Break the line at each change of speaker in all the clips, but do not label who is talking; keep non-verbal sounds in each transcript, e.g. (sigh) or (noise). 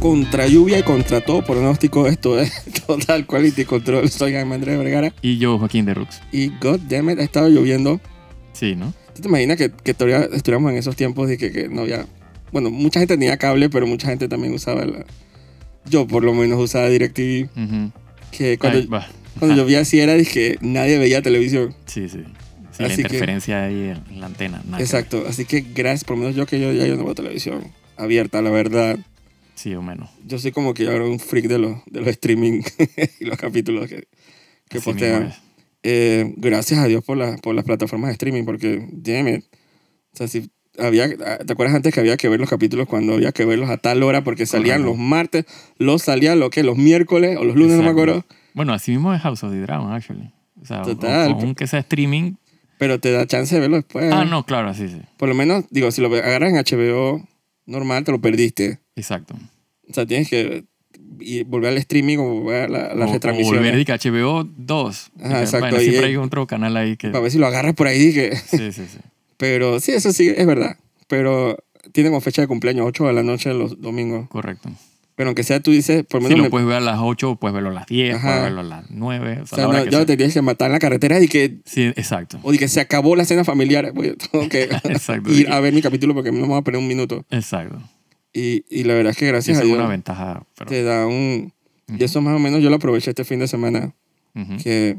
contra lluvia y contra todo pronóstico. (laughs) Esto es Total Quality Control. Soy Jaime Andrés Vergara.
Y yo, Joaquín de Rux.
Y God damn it, ha estado lloviendo.
Sí, ¿no?
¿Tú te imaginas que, que todavía estuviéramos en esos tiempos y que, que no había. Bueno, mucha gente tenía cable, pero mucha gente también usaba la. Yo, por lo menos, usaba DirecTV.
Ujú.
Que cuando,
Ay, ah. bah.
cuando llovía así era, dije, nadie veía televisión.
(laughs) Sí, sí. Sí, la
Así que-
interferencia ahí en- en la antena. nada que ver.
Exacto. Así que gracias, por lo menos yo que yo ya yo no veo televisión abierta, la verdad.
Sí, o menos.
Yo soy como que yo era un freak de los, de los streaming (laughs) y los capítulos que, que
Así mismo
postean.
es.
Eh, gracias a Dios por, las por las plataformas de streaming, porque, damn it. O sea, si había, ah, ¿te acuerdas antes que había que ver los capítulos cuando había que verlos a tal hora? Porque salían los
Correcto.
martes, los salían lo que, los miércoles o los lunes, no me
Exacto.
acuerdo.
Bueno, así mismo es House of the Dragon, actually. O sea, o-
Total.
o- aunque sea streaming.
Pero te da chance de verlo después.
Ah, no, claro, sí, sí.
Por lo menos, digo, si lo agarras en HBO normal, te lo perdiste.
Exacto.
O sea, tienes que y volver al streaming o volver a la,
O-
las
o
retransmisiones.
Volver y que HBO 2.
Ajá, exacto,
Bueno,
y-
siempre hay otro canal ahí que...
Para ver si lo agarras por ahí. dije.
Sí, sí, sí.
Pero sí, eso sí, es verdad. Pero tiene como fecha de cumpleaños, 8 de la noche los domingos.
Correcto.
Pero aunque sea tú dices, por lo
Si
menos...
lo
me-
puedes ver a las 8, puedes verlo a las 10,
Ajá.
puedes verlo a las 9. O
o
sea,
sea,
la hora
no,
que
yo
sea.
te tienes que matar en la carretera y que...
Sí, exacto.
O de que se acabó la cena familiar. (laughs) Oye, tengo que
(laughs) Exacto.
ir a ver mi capítulo porque no me va a perder un minuto.
Exacto.
Y, y la verdad es que
Sí,
gracias
eso
a
es
Dios
una ventaja. Pero,
te da un... Y eso más o menos yo lo aproveché este fin de semana.
Ujú.
que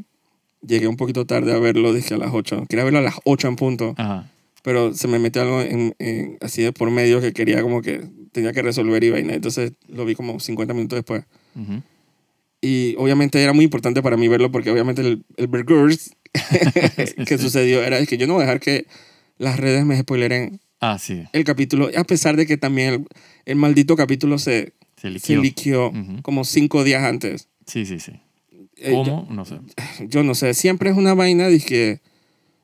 llegué un poquito tarde a verlo, dije a las 8. Quería verlo a las 8 en punto,
Ajá.
pero se me metió algo en- en- así de por medio que quería como que tenía que resolver y vaina. Entonces lo vi como 50 minutos después.
Ujú.
Y obviamente era muy importante para mí verlo porque obviamente el, el
(laughs)
Burgers que sucedió era es que yo no voy a dejar que las redes me spoileren
Ah, sí.
el capítulo, a pesar de que también el, el maldito capítulo se,
Se
se
liquidó.
liqueó
Ujú.
como cinco días antes.
Sí, sí, sí.
Eh,
¿Cómo? No sé.
(laughs) yo no sé, siempre es una vaina de que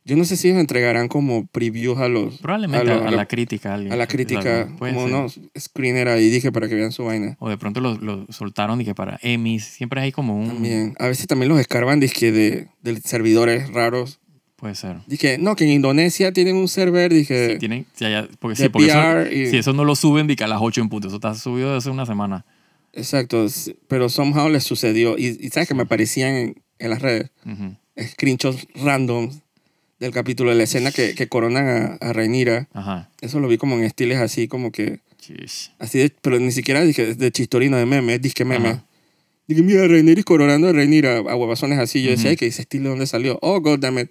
yo no sé si ellos entregarán como previews a los
Probablemente a,
lo-
a
a
la
la-
crítica. alguien
a la
que- que
crítica
salga. Puede
como
ser.
unos screener ahí dije para que vean su vaina.
O de pronto lo, lo soltaron y que para Emmys. Siempre hay como un...
También, a veces también los escarban dizque de, de servidores raros.
Puede ser.
Dije, no, que en Indonesia tienen un server, dije,
Sí, tienen, sí, allá- porque,
de
sí, porque eso,
PR y-
si eso no lo suben, di que a las 8 en punto. Eso está subido desde hace una semana.
exacto, s- pero somehow les sucedió y, y sabes que me aparecían en, en las redes
Ujú.
screenshots random del capítulo de la escena que, que coronan a, a Rhaenyra.
Ajá.
Eso lo vi como en estiles así como que
Chish.
Así de- pero ni siquiera dije de chistorino de meme, disque meme.
Ajá.
Dije, mira, Reinir y coronando a Reinir a, a huevazones así. Yo decía,
Ujú.
ay, que ese estilo, ¿dónde salió? Oh, god damn it.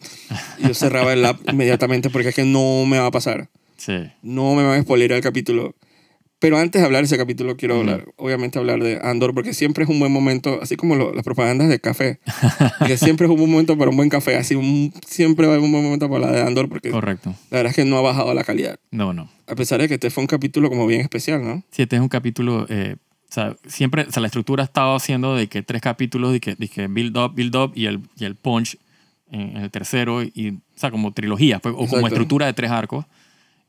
Y yo cerraba el app inmediatamente porque es que no me va a pasar.
Sí.
No me van a spoiler el capítulo. Pero antes de hablar de ese capítulo, quiero
Ujú.
hablar, obviamente, hablar de Andor, porque siempre es un buen momento, así como lo- las propagandas de
(laughs)
café. que siempre es un buen momento para un buen café. Así, un- siempre va a haber un buen momento para hablar de Andor, porque
Correcto.
la verdad es que no ha bajado la calidad.
No, no.
A pesar de que este fue un capítulo como bien especial, ¿no?
Sí, este es un capítulo. eh, o sea, siempre, o sea, la estructura ha estado haciendo de que tres capítulos, de que, de que build up, build up y el, y el punch en, en el tercero, y, o sea, como trilogías, pues, o como
Exacto.
estructura de tres arcos.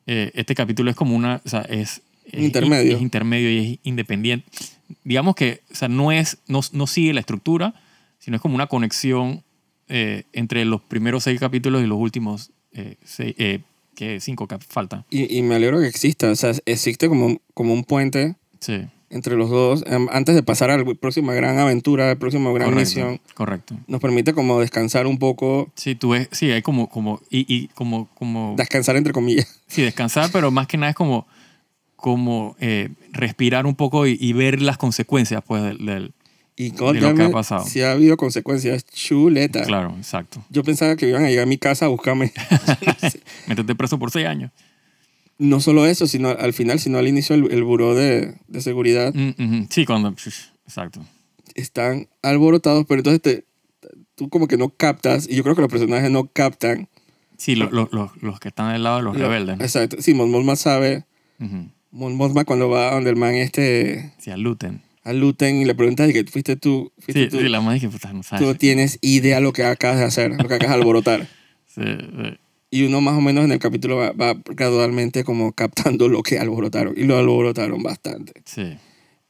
Eh, este capítulo es como una, o sea, es. es-
Intermedio.
Es intermedio y es independiente. Digamos que, o sea, no es, no, no sigue la estructura, sino es como una conexión eh, entre los primeros seis capítulos y los últimos eh, seis, eh, que cinco que faltan.
Y, y me alegro que exista. O sea, existe como, como un puente
Sí.
entre los dos. Em, Antes de pasar a la próxima gran aventura, la próxima gran misión,
Correcto. Correcto.
nos permite como descansar un poco.
Sí, tú ves, sí, hay como, como, y, y como, como,
Descansar entre comillas.
sí, descansar, pero más que nada es como, como eh, respirar un poco y, y ver las consecuencias, pues, del, del-
Y God
De lo que
damn
ha
it,
pasado.
sí ha habido consecuencias chuletas.
claro, exacto.
Yo pensaba que iban a llegar a mi casa a
(laughs)
buscarme.
Métete preso por seis años.
no solo eso, sino al final, sino al inicio el, el buró de, de seguridad.
Mm, ujú. Sí, cuando, exacto.
Están alborotados, pero entonces te- tú como que no captas, y yo creo que los personajes no captan.
Sí, lo- lo- lo- los que están del lado de los
Lo-
rebeldes, ¿no?
Exacto. Sí, Mon Mothma sabe.
Ujú.
Mon Mothma cuando va donde el man este...
Sí, al Luten.
a Luten y le preguntas de que fuiste tú, fuiste
Sí,
tú,
sí, la madre que puta, no
tú no
sabes.
tienes idea lo que acabas de hacer, lo que acabas de
(laughs)
alborotar.
Sí, sí.
Y uno más o menos en el capítulo va, va gradualmente como captando lo que alborotaron. Y lo alborotaron bastante.
sí.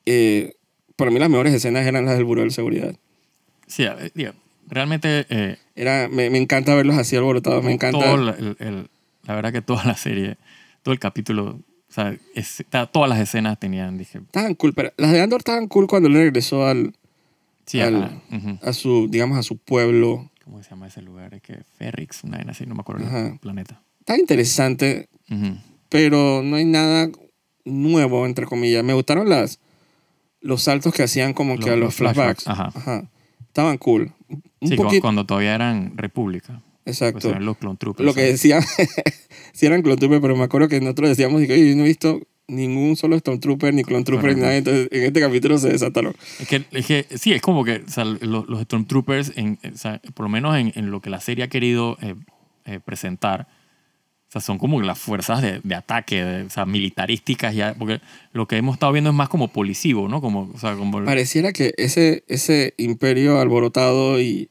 Eh, para mí las mejores escenas eran las del Buró de Seguridad.
Sí, a ver, diga, realmente, eh,
Era, me, me encanta (laughs) verlos así alborotados, me encanta.
todo el- el- el- la verdad que toda la serie, todo el capítulo, o O sea, es- está- todas las escenas tenían, dije,
Estaban cool, pero las de Andor estaban cool cuando él regresó al,
sí,
Al-
ajá, ujú.
a su, digamos, a su pueblo.
¿cómo se llama ese lugar? Es que Ferrix, una vaina así, no me acuerdo
Ajá.
el planeta.
Está interesante,
Ujú.
pero no hay nada nuevo, entre comillas. Me gustaron las, los saltos que hacían como que
Los-
a los,
los
flashbacks.
flashbacks, ajá.
Estaban cool. Un
Sí, cu-
poquito,
cuando todavía eran república. Pues
exacto.
eran los clone troopers.
Lo que decía, (laughs) si eran clone troopers, pero me acuerdo que nosotros decíamos, y que, "Oye, yo no he visto ningún solo Stone Trooper, ni Clone Trooper, ni
Correcto.
nada. Entonces, en este capítulo se desataron.
Es que, es que sí, es como que o sea, los, los Stormtroopers, en, eh, o sea, por lo menos en, en lo que la serie ha querido eh, eh, presentar, o sea, son como las fuerzas de, de ataque, de- o sea, militarísticas, ya, porque lo que hemos estado viendo es más como policivo, ¿no? Como, o sea, como
Pareciera que ese, ese imperio alborotado y,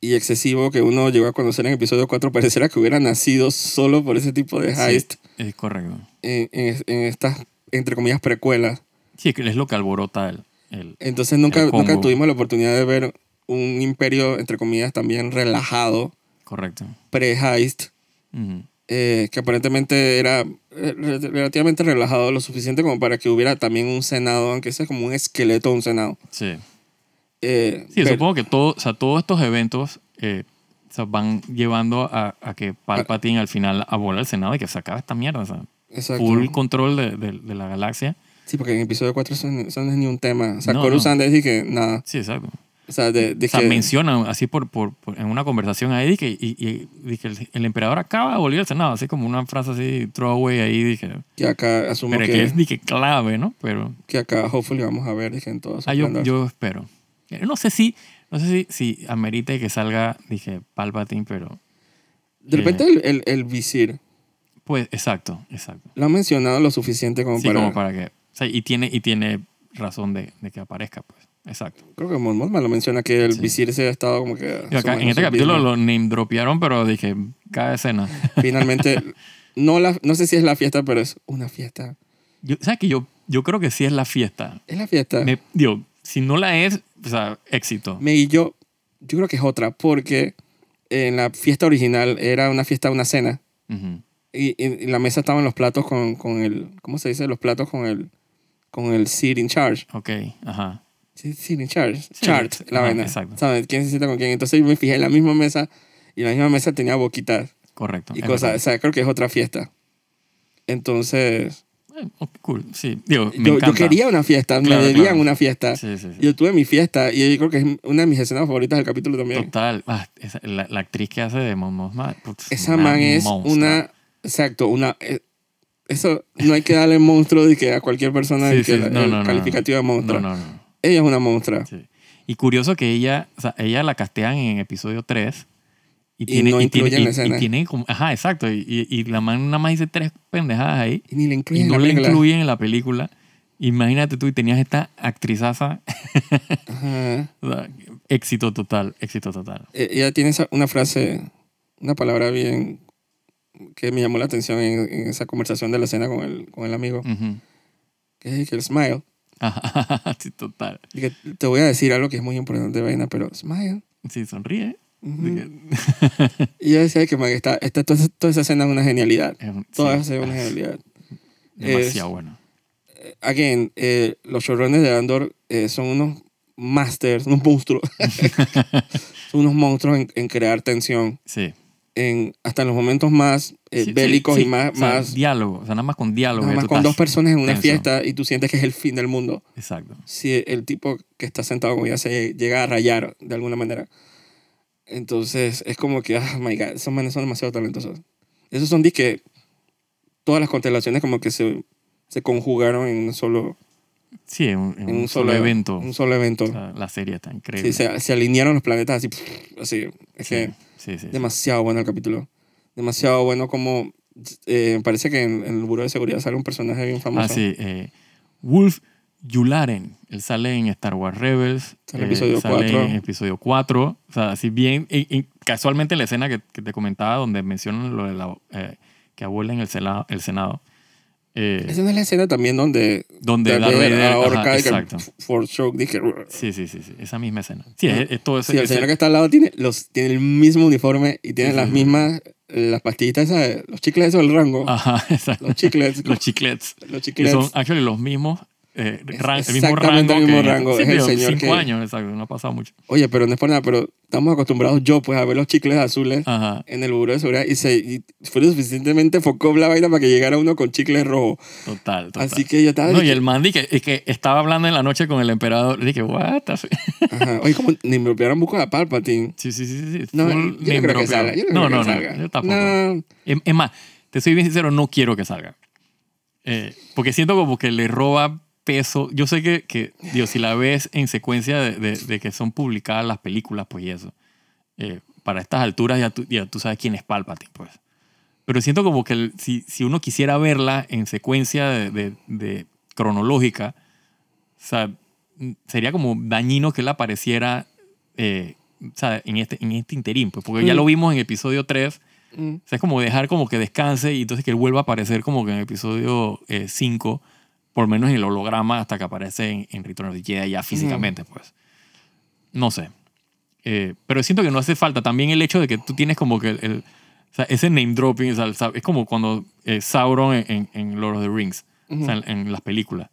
y excesivo que uno llegó a conocer en episodio 4, pareciera que hubiera nacido solo por ese tipo de
Sí,
heist
es correcto.
en, en- en estas, entre comillas, precuelas.
Sí, es que es lo que alborota el... el-
Entonces nunca,
El combo.
nunca tuvimos la oportunidad de ver un imperio, entre comillas, también relajado,
correcto.
pre-heist,
Ujú.
eh, que aparentemente era eh, re- relativamente relajado, lo suficiente como para que hubiera también un senado, aunque sea como un esqueleto de un senado.
Sí.
Eh,
Sí,
pero-
supongo que todo, o sea, todos estos eventos eh, o sea, van llevando a, a que Palpatine al final abola el Senado y que se acabe esta mierda. O sea,
Exacto.
full control de, de- de la galaxia.
Sí, porque en episodio 4 eso, no- eso no es ni un tema. O sea,
No,
Coruscant
no.
Sanders y que nada.
Sí, exacto.
O sea, de, de
O sea,
que-
mencionan así por, por, por- en una conversación ahí dije, y, y- dije, el, el emperador acaba de abolir el Senado, así como una frase así, throwaway ahí, dije.
que acá asumo
Pero
que,
que es dije, clave, ¿no? Pero
que acá hopefully vamos a ver dije, en todo su
ah, yo,
esplendor.
yo espero. Eh, No sé si, no sé si, si amerite que salga, dije, Palpatine, pero eh.
De repente el, el, el visir
pues, exacto, exacto.
lo ha mencionado lo suficiente como,
Sí,
para,
como para que. o sea, y tiene, y tiene razón de, de que aparezca, pues. Exacto.
Creo que Mon Mothma lo menciona que el
Sí.
visir se ha estado como que...
Y acá, en
asomando
este
su
capítulo
business.
lo name dropearon, pero dije,
(laughs)
cada escena. (laughs)
Finalmente, no, la, no sé si es la fiesta, pero es una fiesta.
Yo, ¿Sabes que yo, yo creo que sí es la fiesta.
Es la fiesta.
Me- digo, si no la es, o sea, éxito.
Me y yo, yo creo que es otra, porque en la fiesta original era una fiesta, una cena.
Ujú.
y, y- y la mesa estaban los platos con, con el ¿cómo se dice? los platos con el con el seat in charge
Ok, ajá.
Sí, seat in charge
Sí,
chart
sí,
la
ajá,
vaina
exacto.
¿sabes? quién se sienta con quién entonces yo me fijé en la misma mesa y la misma mesa tenía boquitas
Correcto.
y
es
cosas
verdad.
o sea creo que es otra fiesta entonces
Eh, ok, cool, sí. Digo, me
yo, yo
encanta.
quería una fiesta
Claro,
me debían
claro.
una fiesta
Sí, sí, sí.
yo tuve mi fiesta y yo creo que es una de mis escenas favoritas del capítulo también
Total. Ah, esa- la, la actriz que hace de Momos
esa man es una exacto una eh, eso no hay que darle monstruo de que a cualquier persona de
Sí,
que
sí,
la-
no,
el
no, no,
calificativo de monstruo
No, no, no.
Ella es una monstrua.
Sí. Y curioso que ella, o sea, ella la castean en episodio 3. Y, tiene,
no
y tiene,
incluyen
y-
la escena.
y tiene como- ajá, exacto. Y, y- y la man nada más dice tres pendejadas ahí.
Y ni la
Y
incluyen en
no
la
la
película.
incluyen en la película. Imagínate tú y tenías esta actrizaza. (laughs)
Ajá.
o sea, éxito total, éxito total.
Eh, Ella tiene esa- una frase, una palabra bien que me llamó la atención en, en esa conversación de la cena con el, con el amigo,
Ujú.
que es que el smile.
Ajá, (laughs) sí, total.
Y que te voy a decir algo que es muy importante, vaina, pero smile.
Sí, sonríe.
Ujú. Y yo decía que man, está, está, toda, esa- toda esa escena es una genialidad.
Es un- sí,
Toda esa escena es una
es
genialidad.
demasiado bueno.
Eh, Again, eh, los showrunners de Andor eh, son unos masters, unos
(laughs)
monstruos. son unos monstruos en- en crear tensión.
Sí.
en, hasta en los momentos más eh,
Sí, sí,
bélicos
sí.
y más,
O sea,
más,
Diálogo, o sea, nada más con diálogo.
nada
ya
más
tú
con
estás-
dos personas en una
tenso.
fiesta y tú sientes que es el fin del mundo.
Exacto.
Si el tipo que está sentado con ella se llega a rayar de alguna manera. Entonces es como que, ah, my God, esos manes son demasiado talentosos. Esos son disque, todas las constelaciones como que se, se conjugaron en un solo,
Sí, en un, en
en
un solo evento. Ah,
Un solo evento.
O sea, la serie está increíble.
Sí, se, se alinearon los planetas así, así. Es que
sí, sí, sí.
demasiado bueno el capítulo. Demasiado bueno como... eh, parece que en, en el Buró de Seguridad sale un personaje bien famoso.
Ah, sí. eh, Wolf Yularen. Él sale en Star Wars Rebels. eh,
Sale en episodio
sale
4.
en episodio 4. O sea, así bien. y- y casualmente la escena que, que te comentaba donde mencionan lo de la. eh, que abuela en el, Sela- el Senado. eh,
Esa no es la escena también donde...
donde
Darth
Darth
Vader
Vader- ajá,
ahorca y que
exacto.
Force Choke dije...
Sí, sí, sí, sí, Esa misma escena. Sí, es, es todo
Ah,
ese-
Sí, el
ese-
señor que está al lado tiene, los, tiene el mismo uniforme y tiene
Sí,
las
sí, sí.
mismas las pastillitas esas, los chicles esos del rango,
Ajá, (laughs) exacto.
los chicles,
Ah. Los chiclets.
los
Que
chicles,
son, ah. actually, los mismos. eh,
Es
ran- el mismo
exactamente
rango.
el mismo
que-
rango,
Sí,
es el
pero
señor
cinco
que-
años, exacto. No ha pasado mucho.
oye, pero no es por nada, pero estamos acostumbrados yo pues a ver los chicles azules
Ajá.
en el buró de seguridad y, se, y fue lo suficientemente focob la vaina para que llegara uno con chicles rojos.
Total, total.
Así que yo estaba...
No, y
dije,
el man dije, es que estaba hablando en la noche con el emperador. Dije, what the f-?
ajá, oye, como ni me bloquearon busco a Palpatine.
(laughs) Sí, sí, sí, sí. sí.
No,
Full
yo no
name
creo que
dropeado.
salga. Yo no,
no,
creo que
no, no,
salga.
Yo tampoco.
No,
Es, es más, Em, te soy bien sincero, no quiero que salga. Eh, porque siento como que le roba peso. Yo sé que, que digo, si la ves en secuencia de, de- de que son publicadas las películas, pues y eso. Eh, para estas alturas ya tú, ya tú sabes quién es Palpatine, pues. Pero siento como que el- si, si uno quisiera verla en secuencia de, de- de cronológica, o sea, mm, sería como dañino que él apareciera eh, o sea, en, este, en este interín, pues, porque ya
Mm.
lo vimos en episodio 3
mm,
o sea, es como dejar como que descanse y entonces que él vuelva a aparecer como que en el episodio 5, por lo menos en el holograma hasta que aparece en, en Return of the Jedi ya físicamente, pues. No sé. Eh, pero siento que no hace falta. También el hecho de que tú tienes como que el, el- o sea, ese name dropping, o sea, el sa- es como cuando eh, Sauron en, en- en Lord of the Rings, o
mm.
sea, en, en las películas.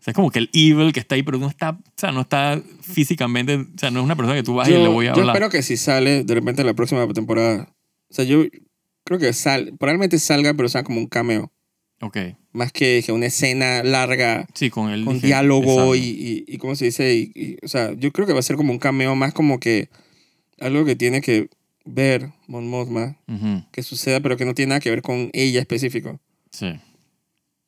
O sea, es como que el evil que está ahí, pero no está, o sea, no está físicamente, o sea, no es una persona que tú vas y le
Yo,
voy a
yo
hablar.
espero que si sale de repente la próxima temporada. O sea, yo creo que sal, probablemente salga, pero sea como un cameo.
Ok.
Más que, que una escena larga
Sí, con el
con diálogo y, y, y cómo se dice. Y, y- o sea, yo creo que va a ser como un cameo más como que algo que tiene que ver Mon Mothma, que suceda, pero que no tiene nada que ver con ella específico.
Sí.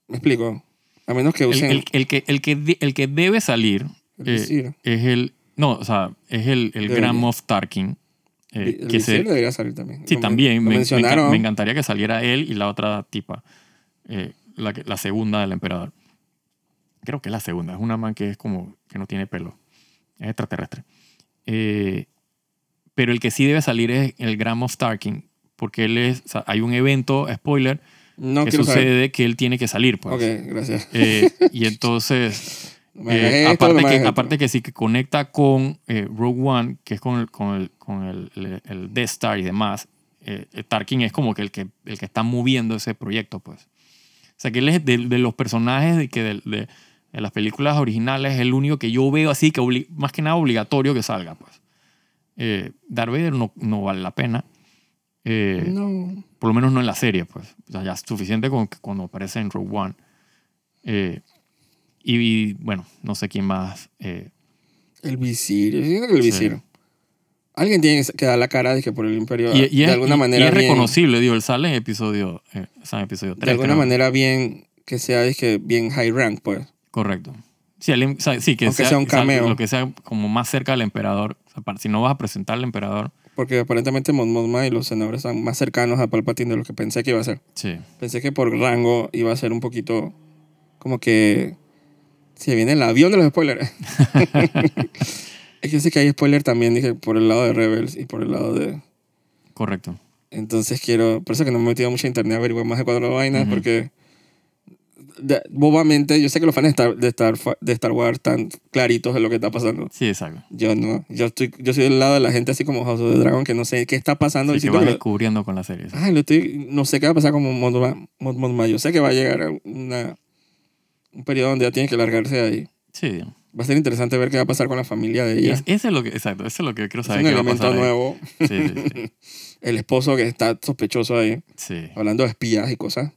¿Me explico? A menos que
el,
usen...
el- el que, el, que de- el que debe salir
El
eh,
visir.
es el. No, o sea, es el, el
Debería.
Grand Moff Tarkin. eh,
el
que se-
visir debería salir también.
sí,
Lo men-
también.
lo
Me, me enca-
mencionaron.
me encantaría que saliera él y la otra tipa. eh, la, que- la segunda del emperador. Creo que es la segunda. Es una man que es como. que no tiene pelo. Es extraterrestre. Eh, pero el que sí debe salir es el Grand Moff Tarkin. Porque él es. o sea, hay un evento, spoiler,
no
que
quiero
sucede
saber.
que él tiene que salir, pues.
Ok, gracias.
Eh, y entonces.
No me hagas
Eh,
esto, no
aparte,
me hagas
que,
esto.
aparte que sí que conecta con eh, Rogue One, que es con el, con el, con el, el- el Death Star y demás, eh, eh, Tarkin es como que el, que el que está moviendo ese proyecto, pues. O sea, que él es de, de los personajes de, que del- de, de las películas originales, es el único que yo veo así, que obli- más que nada obligatorio que salga, pues. Eh, Darth Vader no, no vale la pena. Eh,
No.
por lo menos no en la serie, pues. O sea, ya es suficiente con que cuando aparece en Rogue One. Eh, y, y, bueno, no sé quién más. eh,
El visir. Yo siento que el
Sí.
visir. Alguien tiene que dar la cara de que por el imperio.
y, y
de
es,
alguna
y-
manera.
y es
bien-
reconocible, digo, él sale en episodio, eh, o sea, en episodio 3.
de alguna manera bien. Que sea es que bien high rank, pues.
Correcto. Sí, él- o sea, sí, que
Aunque sea un
o sea,
cameo.
lo que sea como más cerca del emperador. O sea, para- si no vas a presentar al emperador,
Porque aparentemente Mon Mothma y los senadores están más cercanos a Palpatine de lo que pensé que iba a ser.
sí.
Pensé que por rango iba a ser un poquito como que se viene el avión de los spoilers. (laughs) es que yo sé que hay spoiler también, dije, por el lado de Rebels y por el lado de...
Correcto.
Entonces quiero... Por eso que no me he metido mucho a internet a averiguar más de cuatro vainas,
Ujú.
porque... de- bobamente, yo sé que los fans de Star, de, Star, Fa- de Star Wars están claritos de lo que está pasando.
Sí, exacto.
Yo no. Yo, estoy, yo soy del lado de la gente así como House of the Dragon, que no sé qué está pasando. y
Sí, que
siento
vas
que lo-
descubriendo con la serie. sí.
Ay, lo estoy, no sé qué va a pasar con Mothma. Mothma. Yo sé que va a llegar a una, un periodo donde ya tiene que largarse de ahí.
Sí.
Va a ser interesante ver qué va a pasar con la familia de ella.
Es-
Es,
ese es lo que, exacto, eso es lo que quiero saber.
un
qué va a
elemento
pasar ahí.
nuevo.
Sí, sí,
El esposo que está sospechoso ahí,
sí. Sí,
hablando de espías y cosas.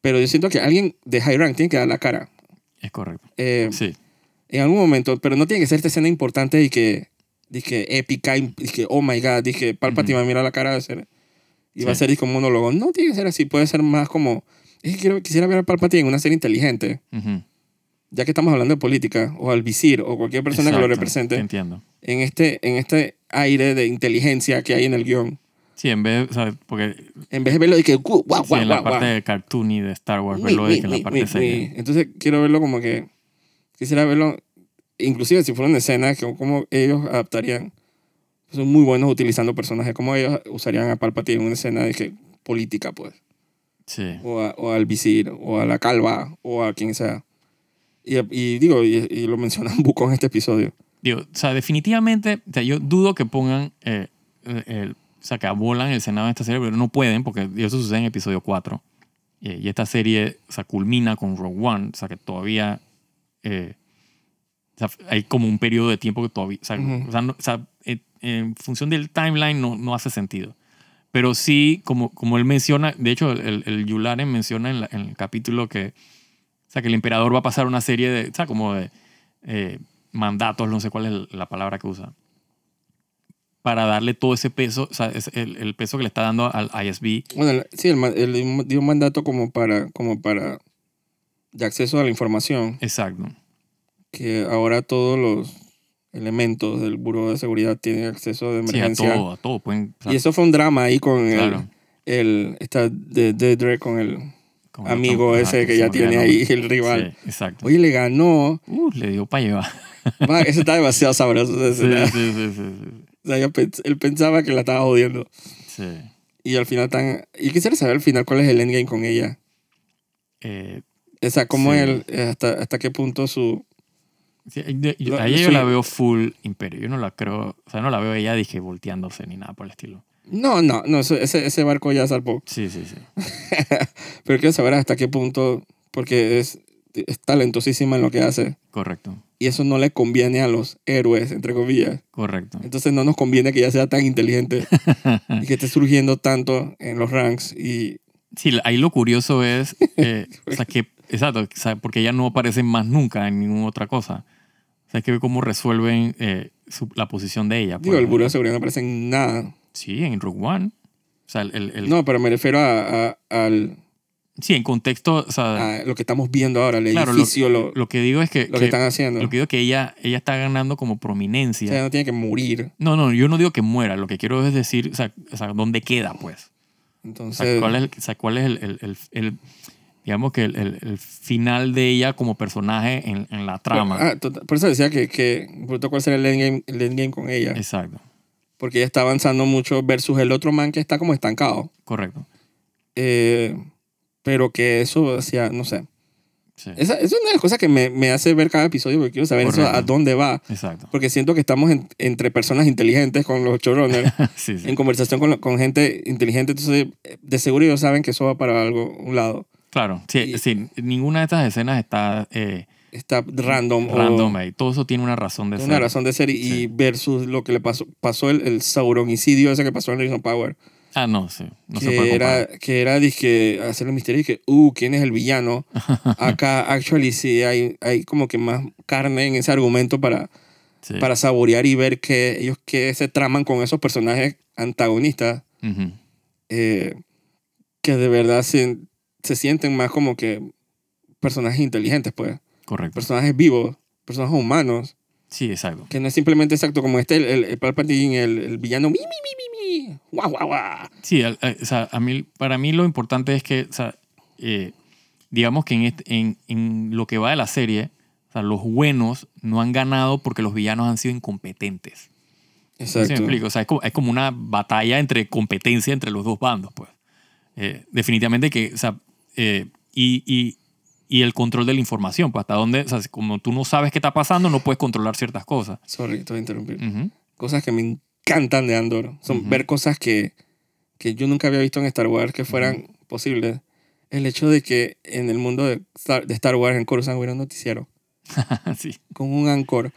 Pero yo siento que alguien de high rank tiene que dar la cara.
es correcto.
Eh,
Sí.
En algún momento, pero no tiene que ser esta escena importante y que, y que épica, y que, oh my god, dije, Palpatine va a mirar la cara de ser. Y va a
Sí.
ser y como un monólogo. No tiene que ser así, puede ser más como. Es que quiero, quisiera ver a Palpatine en una serie inteligente.
Ujú.
ya que estamos hablando de política, o al visir, o cualquier persona que lo
Exacto,
represente,
Entiendo.
en este, en este aire de inteligencia que hay en el guión.
Sí, en vez, o sea, porque
En vez de verlo de que, guau, guau,
sí,
guau,
en la
guau,
parte
guau.
de cartoony de Star Wars,
Mi,
verlo de
mi,
que en este, la
mi,
parte
mi,
seria.
mi. Entonces quiero verlo como que, quisiera verlo, inclusive si fuera una escena, que como ellos adaptarían. Son muy buenos utilizando personajes, como ellos usarían a Palpatine en una escena de que, política, pues.
Sí,
o, a- o al visir, o a la calva, o a quien sea. Y, y digo, y, y lo (laughs) mencionan Buco en este episodio.
digo, o sea, definitivamente, o sea, yo dudo que pongan eh, el- el- o sea, que abolan el Senado de esta serie, pero no pueden porque eso sucede en episodio 4. Eh, y esta serie, o sea, culmina con Rogue One, o sea, que todavía... eh, o sea, hay como un periodo de tiempo que todavía... O sea,
Ujú.
o sea, no- o sea, en- en función del timeline no, no hace sentido. Pero sí, como, como él menciona, de hecho, el, el Yularen menciona en, la- en el capítulo que, o sea, que el emperador va a pasar una serie de, o sea, como de eh, mandatos, no sé cuál es la palabra que usa, para darle todo ese peso, o sea, es el, el peso que le está dando al ISB.
Bueno, el- sí, el, ma- el- dio un mandato como para, como para de acceso a la información,
Exacto.
que ahora todos los elementos del Buró de Seguridad tienen acceso de
Sí, a
emergencia.
todo, a todo. Pueden, o sea,
y eso fue un drama ahí con el,
Claro.
el está de, de Dre con el
con el
amigo
otro-
ese
ajá,
que
se
ya
me olvidó
tiene
el nombre.
ahí el rival.
Sí, exacto.
Oye, le ganó.
Uh, le dio para llevar.
(laughs) Va, Eso está
(laughs)
demasiado sabroso. o sea,
Sí,
o
sí, sí, sí,
sea, yo pens- él pensaba que la estaba jodiendo.
sí, sí.
Y al final tan... Y quisiera saber al final cuál es el endgame con ella.
Eh,
O sea, cómo
Sí.
él, eh, hasta, hasta qué punto su...
sí, yo- yo-
Lo-
a ella
yo
yo la
soy-
veo full imperio. Yo no la creo, o sea, no la veo ella, dije, volteándose ni nada por el estilo.
No, no, no, eso- ese, ese barco ya salpó.
Sí, sí, sí.
Pero quiero saber hasta qué punto, porque es, es talentosísima en lo que hace.
Correcto,
Y eso no le conviene a los héroes, entre comillas.
correcto.
Entonces no nos conviene que ella sea tan
(laughs)
inteligente y que esté surgiendo tanto en los ranks. Y
Sí, la- ahí lo curioso es, eh,
(laughs)
o sea, que, exacto, o sea, porque ella no aparece más nunca en ninguna otra cosa. O sea, es que ve cómo resuelven eh, su- la posición de ella.
digo,
pues.
el Buró de Seguridad no aparece en nada.
Sí, en Rogue One. O sea, el, el- el-
No, pero me refiero a, a- al,
sí, en contexto, o sea,
a lo que estamos viendo ahora, el
Ah. Claro, lo-
edificio, lo,
lo que digo es que,
Ah, lo que,
que-
están haciendo.
lo que digo es que ella, ella está ganando como
O
prominencia.
sea, no tiene que morir.
no, no, yo no digo que muera, lo que quiero es decir, o sea, o sea, ¿dónde queda, pues? O sea,
Entonces,
¿cuál es, el- o sea, cuál es el, el- el- el- digamos que el, el- el final de ella como personaje en, en la trama?
Ah, total- por eso decía que, que me preguntó cuál será el endgame, el endgame con ella.
Exacto,
Porque ella está avanzando mucho versus el otro man que está como estancado.
correcto.
Eh, pero que eso, o sea, no sé.
Sí,
Esa, esa es una de las cosas que me, me hace ver cada episodio porque quiero saber eso,
Correcto.
a dónde va.
exacto. (laughs)
Porque siento que estamos en- entre personas inteligentes con los
(laughs)
showrunners,
Sí, sí.
en conversación con, la- con gente inteligente. Entonces, eh, de seguro ellos saben que eso va para algo, un lado.
Claro, sí,
y-
sí, ninguna de estas escenas está eh,
Está random. o-
random ahí. Todo eso tiene una razón de
Oh. Tiene
ser.
una razón de ser y, y
Sí.
versus lo que le pasó, pasó el, el sauronicidio ese que pasó en Rison Power,
Ah, no, sí. No se puede
que,
comparar.
era, que era dizque, hacer el misterio y que, uh, ¿quién es el
(laughs)
villano? Acá, actually, sí, hay, hay como que más carne en ese argumento para,
Sí.
para saborear y ver que ellos que se traman con esos personajes antagonistas
Ujú.
eh, que de verdad se, se sienten más como que personajes inteligentes, pues,
Correcto.
personajes vivos, personajes humanos.
Sí, exacto.
Que no es simplemente exacto como este, el, el, el Palpatine, el, el villano. Mi, mi, mi, mi, mi. Guau, guau, guau.
Sí, al- al- o sea, a mí, para mí lo importante es que, o sea, eh, digamos que en, este- en, en lo que va de la serie, o sea, los buenos no han ganado porque los villanos han sido incompetentes. ¿Sí
Exacto.
me explico? O sea, es como, es como una batalla entre competencia entre los dos bandos, pues. Eh, definitivamente que, o sea, eh, y, y- y el control de la información, pues hasta dónde, o sea, si como tú no sabes qué está pasando, no puedes controlar ciertas cosas.
Sorry, te voy a interrumpir.
Ujú.
Cosas que me encantan de Andor son
Ujú.
ver cosas que, que yo nunca había visto en Star Wars que fueran posibles. El hecho de que en el mundo de Star, de Star Wars en Coruscant hubiera un noticiero
(laughs) sí,
con un anchor.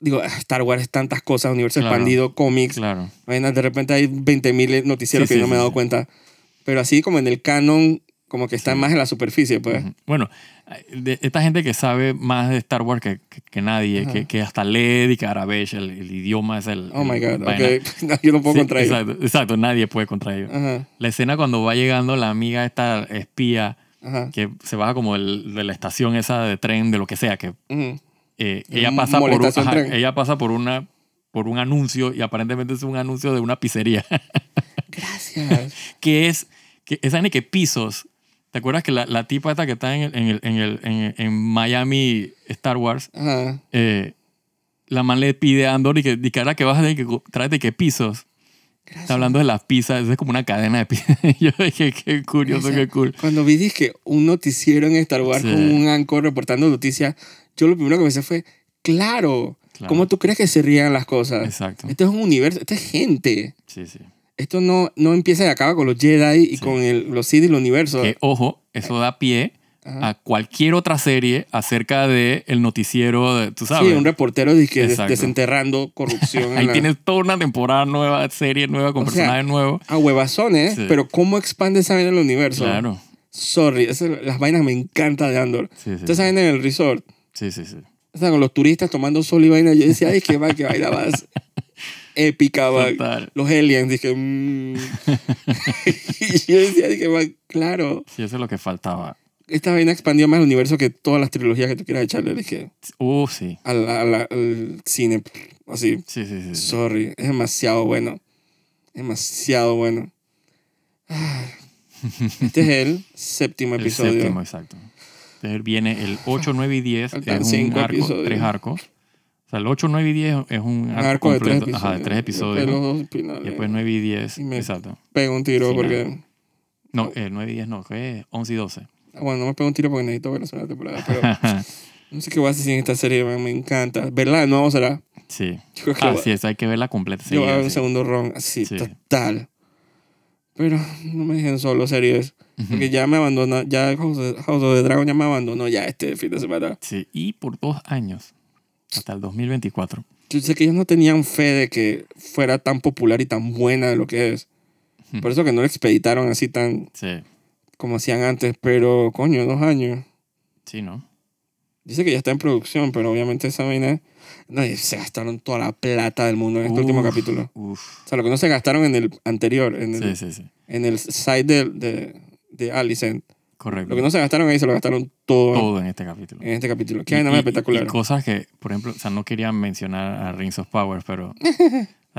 Digo, ah, Star Wars es tantas cosas, universo
Claro.
expandido, cómics,
claro.
Vaina, De repente hay 20.000 noticieros
Sí,
que
sí,
no me he
sí,
dado
sí.
cuenta. Pero así como en el canon, como que está
Sí.
más en la superficie, pues.
Ujú. Bueno, de esta gente que sabe más de Star Wars que, que- que nadie,
Ajá.
que, que hasta lee y que Arabesh, el, el idioma es el...
Oh my
el-
God,
vaina.
ok. (laughs) No, yo no puedo
Sí,
contra ello.
exacto, exacto, nadie puede contra ellos.
Ajá,
La escena cuando va llegando la amiga esta espía,
ajá.
que se baja como del- de la estación esa de tren, de lo que sea, que
ujú.
eh,
El
ella, pasa por un,
molestación
ajá,
tren.
ella pasa por una por un anuncio y aparentemente es un anuncio de una pizzería, (laughs)
Gracias.
que es, que esa ni que pisos. ¿Te acuerdas que la, la tipa esta que está en, el- en, el- en, el- en- en Miami Star Wars
Ajá.
eh, la man le pide a Andor y que, y que ahora que vas a tener que co- tráete que pisos.
Gracias.
Está hablando de las pizzas, es como una cadena de pizzas. (laughs) Yo dije, qué curioso,
Gracias. (laughs)
qué cool.
Cuando vi dije un noticiero en Star Wars
Sí.
con un anchor reportando noticias, yo lo primero que pensé fue, claro,
Claro.
¿Cómo tú crees que se rían las cosas?
Exacto.
Esto es un universo, esto es gente.
Sí, sí.
Esto no, no empieza y acaba con los Jedi y
Sí.
con el- los Sith y el universo.
Que, ojo, eso da pie
Ajá.
a cualquier otra serie acerca de el noticiero, de- tú
sí,
sabes.
un reportero de que des-
Exacto. (laughs)
desenterrando corrupción. en
Ahí
la-
tienes toda una temporada nueva, serie nueva, con
O sea,
personajes nuevos.
A huevazones,
Sí.
pero ¿cómo expande esa vaina en el universo?
Claro.
Sorry, esa- las vainas me encanta de Andor.
Sí, sí.
Ustedes saben en el resort,
Sí, sí, sí.
o sea, con los turistas tomando sol y vaina, yo decía, ay, qué va, qué vaina más épica, va.
Total.
Los aliens, dije, mmm. (laughs) y yo decía, dije, va, claro,
Sí, eso es lo que faltaba.
esta vaina expandió más el universo que todas las trilogías que tú quieras echarle, dije,
Uh, sí.
a la- a la- al cine, así,
Sí, sí, sí. sí.
Sorry, es demasiado bueno. Demasiado
(laughs)
bueno. Ah. Este es el séptimo
El
episodio.
séptimo, exacto. Entonces viene el
(laughs)
8, 9 y 10.
Faltan
Es un
cinco
arco,
episodios.
tres arcos. O sea, el 8, 9 y 10 es un
Un
arco,
arco de tres
completo.
episodios.
Ajá, de tres episodios.
Después los dos finales.
Después 9 y 10.
Y me-
Exacto.
Pego un tiro
Sí,
porque.
No, el 9 y 10 no, que es 11 y 12.
Ah, Bueno, no me pego un tiro porque necesito ver la segunda temporada. Pero no sé qué voy a hacer sin esta serie, man, me encanta. Verla de nuevo será.
(laughs) sí.
Yo creo que
Ah,
voy-
sí, esa hay que verla completa.
yo voy a
seguida,
ver un
sí.
segundo ron así,
Sí.
total. Pero no me dejen solo, series. Porque ya me abandonó, ya House of- House of the Dragon ya me abandonó ya este fin de semana.
Sí, y por dos años, hasta el 2024.
Yo sé que ellos no tenían fe de que fuera tan popular y tan buena lo que es.
Hmm.
Por eso que no lo expeditaron así tan
Sí,
como hacían antes, pero coño, dos años.
sí, ¿no?
Dice que ya está en producción, pero obviamente esa vaina... No, y se gastaron toda la plata del mundo en este último
Uf,
capítulo.
Uf.
O sea, lo que no se gastaron en el anterior, en el,
Sí, sí, sí.
en el site de, de, de Alicent.
Correcto.
Lo que no se gastaron ahí se lo gastaron todo,
Todo en este capítulo.
en este capítulo. Qué
Y-
vaina más
y-
espectacular.
Y cosas que, por ejemplo, o sea, no quería mencionar a Rings of Power, pero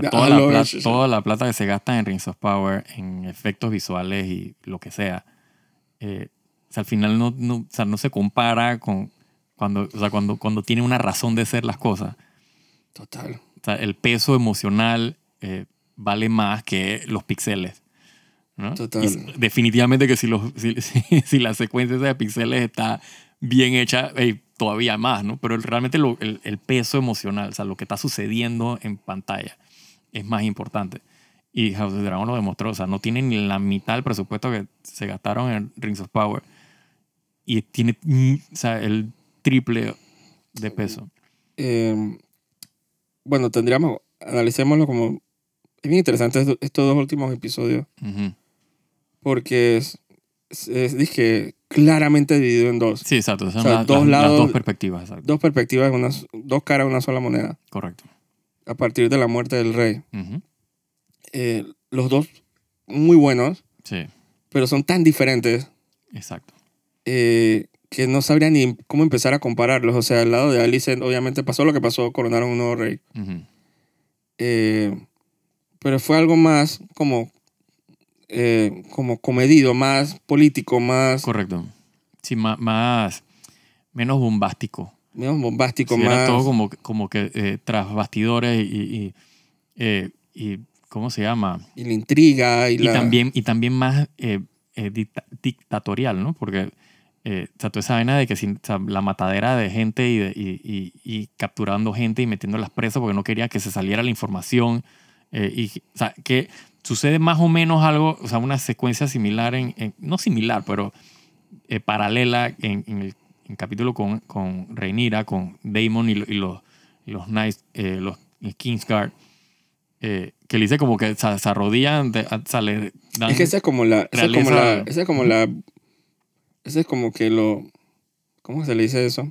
Ya,
toda, la
hablo de
plata,
eso, sí.
toda la plata que se gasta en Rings of Power, en efectos visuales y lo que sea, eh, o sea, al final no, no, o sea, no se compara con cuando, o sea, cuando, cuando tiene una razón de ser las cosas.
Total.
O sea, el peso emocional eh, vale más que los píxeles. ¿no?
Total.
Y s- definitivamente que si, los, (laughs) si, si- si la secuencia esa de píxeles está bien hecha, ey, todavía más, ¿no? Pero el- realmente lo- el, el peso emocional, o sea, lo que está sucediendo en pantalla es más importante. Y House of the Dragon lo demostró, o sea, no tienen ni la mitad del presupuesto que se gastaron en Rings of Power. Y tiene mm, o sea, el triple de peso.
Eh, bueno, tendríamos, analicémoslo como... Es bien interesante esto- estos dos últimos episodios
Ujú.
porque es, es- es- dije, claramente dividido en dos.
Sí, exacto. Son
O sea,
las,
dos
las- las
lados-
dos perspectivas, exacto.
Dos perspectivas, una, dos caras, una sola moneda.
Correcto.
A partir de la muerte del rey.
Ujú.
Eh, los dos muy buenos,
Sí,
pero son tan diferentes
exacto.
eh, que no sabría ni cómo empezar a compararlos. O sea, al lado de Alicent, obviamente pasó lo que pasó, coronaron un nuevo rey.
Ujú.
Eh, pero fue algo más como, eh, como comedido, más político, más
Correcto. Sí, ma- más, menos bombástico.
menos bombástico,
Sí, era
más...
todo como, como que eh, tras bastidores y, y- eh, y ¿cómo se llama?
Y la intriga y,
Y,
la...
también, y también más eh, eh, dicta- dictatorial, ¿no? Porque eh, o sea, toda esa vaina de que sin- o sea, la matadera de gente y, de- y- y- y capturando gente y metiéndolas presas porque no quería que se saliera la información. eh, y, o sea, que sucede más o menos algo, o sea, una secuencia similar, en, en- no similar, pero eh, paralela en, en el en capítulo con, con Rhaenyra, con Daemon y, lo- y los, y los Knights, eh, los el Kingsguard, eh, que le dice como que se, se arrodillan, de- o sea, le dan-
Es que esa es como la... Esa es como la...
realeza.
Esa es como la... Esa es como que lo... ¿Cómo se le dice eso?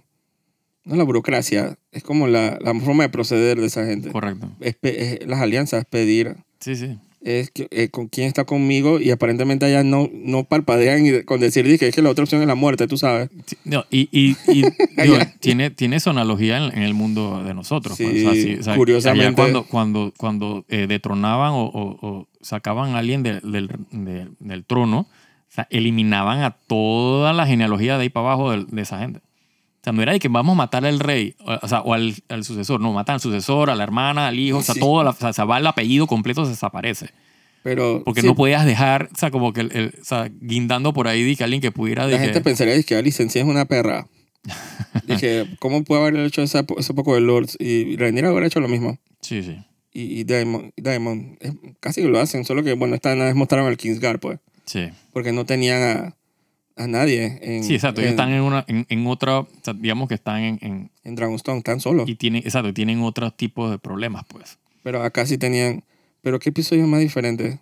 No es la burocracia, es como la, la forma de proceder de esa gente.
Correcto.
Es pe- es las alianzas, pedir...
Sí, sí.
Es que, eh, con quién está conmigo y aparentemente allá no, no parpadean y de- con decir dije, es que la otra opción es la muerte, tú sabes.
Sí, no, y y,
(laughs)
y, digo, tiene, tiene su analogía en, en el mundo de nosotros.
Sí,
pues, o sea, sí, o sea,
curiosamente.
allá cuando, cuando, cuando eh, detronaban o, o- o sacaban a alguien del- del- del- del trono, o sea, eliminaban a toda la genealogía de ahí para abajo del- de, esa gente. O sea, no era de que vamos a matar al rey, o, o sea, o al, al sucesor. No, matan al sucesor, a la hermana, al hijo, o sea,
Sí.
todo, la- o sea, se va el apellido completo, se desaparece.
Pero
Porque
sí,
no podías dejar, o sea, como que, el- el- o sea, guindando por ahí, de que alguien que pudiera... de
la
que- (laughs)
gente pensaría dizque, que Alison sí "Ah, es una perra. Dije, ¿cómo puede haber hecho esa, ese poco de Lords? Y Rhaenyra haber hecho lo mismo.
Sí, sí.
Y, y Daemon, Daemon, eh, casi lo hacen, solo que, bueno, esta vez mostraron al Kingsguard, pues.
Sí,
Porque no tenían a, a nadie en,
sí exacto. Ellos
en,
están en, una, en, en otra, o sea, digamos que están en, en-
en Dragonstone, están solos.
y tienen, exacto, tienen otros tipos de problemas, pues.
Pero acá sí tenían... Pero qué episodio más diferente.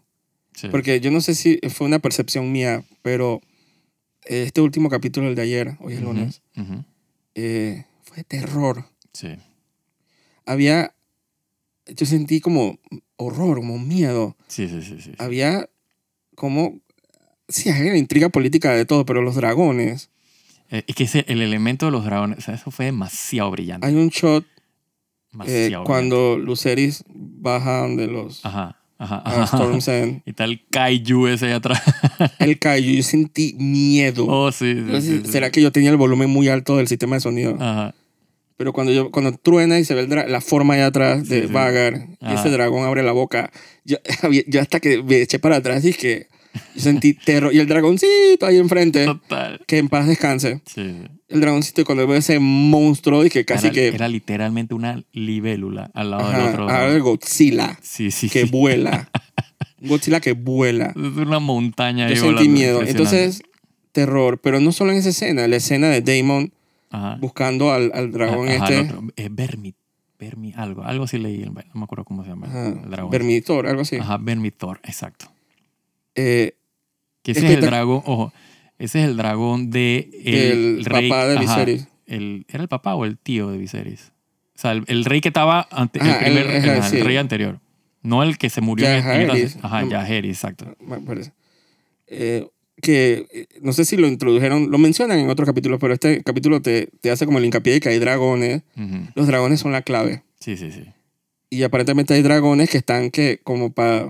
Sí.
Porque yo no sé si fue una percepción mía, pero eh, este último capítulo, el de ayer, hoy es
Ujú,
lunes,
ujú.
eh, fue de terror.
Sí,
Había, yo sentí como horror, como miedo.
sí, sí, sí. sí.
Había como, sí, había una intriga política de todo, pero los dragones.
Eh, es que ese, el elemento de los dragones, o sea, eso fue demasiado brillante.
Hay un shot eh,
Demasiado
cuando Luceris baja de los
brillante. Ajá, ajá,
a
ajá.
Storm's End.
(laughs) Y tal Kaiju ese ahí atrás.
El Kaiju, yo sentí miedo.
Oh, sí. sí,
No sé,
sí, Ah. sí.
¿Será que yo tenía el volumen muy alto del sistema de sonido?
Ajá.
Pero cuando, yo, cuando truena y se ve el dra- la forma allá atrás de
Sí, Ah. sí.
Vagar y
Ajá.
ese dragón abre la boca, yo, (laughs) yo hasta que me eché para atrás y que yo
(laughs)
sentí terror. Y el dragoncito ahí enfrente,
Total.
que en paz descanse.
Sí, sí.
El dragoncito, y cuando veo ese monstruo, y que casi
era,
que.
era literalmente una libélula al lado
ajá,
del otro.
ahora el Godzilla,
Sí, sí.
que
sí. (laughs)
vuela. Un Godzilla que vuela.
Es una montaña ahí
Yo sentí
volando,
miedo.
impresionante.
Entonces, terror. Pero no solo en esa escena, la escena de Damon
Ajá.
buscando al, al dragón
Ah, Ajá, el
este.
otro. Eh, Vermi, Vermi algo. Algo así leí. el- No me acuerdo cómo se llama.
ajá,
el dragón.
Vermithor, algo así.
Ajá, Vermitor, exacto.
Eh,
Que ese es el
Espectac-
dragón, ojo, ese es el dragón de el
Del
rey,
papá de
ajá,
Viserys.
el- ¿Era el papá o el tío de Viserys? O sea, el, el rey que estaba ante,
Ajá,
el, primer,
el- ajá,
ajá, el
sí.
rey anterior. No el que se murió. en- en
Jaehaerys.
esta- ajá,
No-
Jaehaerys, exacto.
me parece. Eh, que eh, no sé si lo introdujeron, lo mencionan en otros capítulos, pero este capítulo te, te hace como el hincapié de que hay dragones.
Ujú.
Los dragones son la clave.
Sí, sí, sí.
Y aparentemente hay dragones que están que como para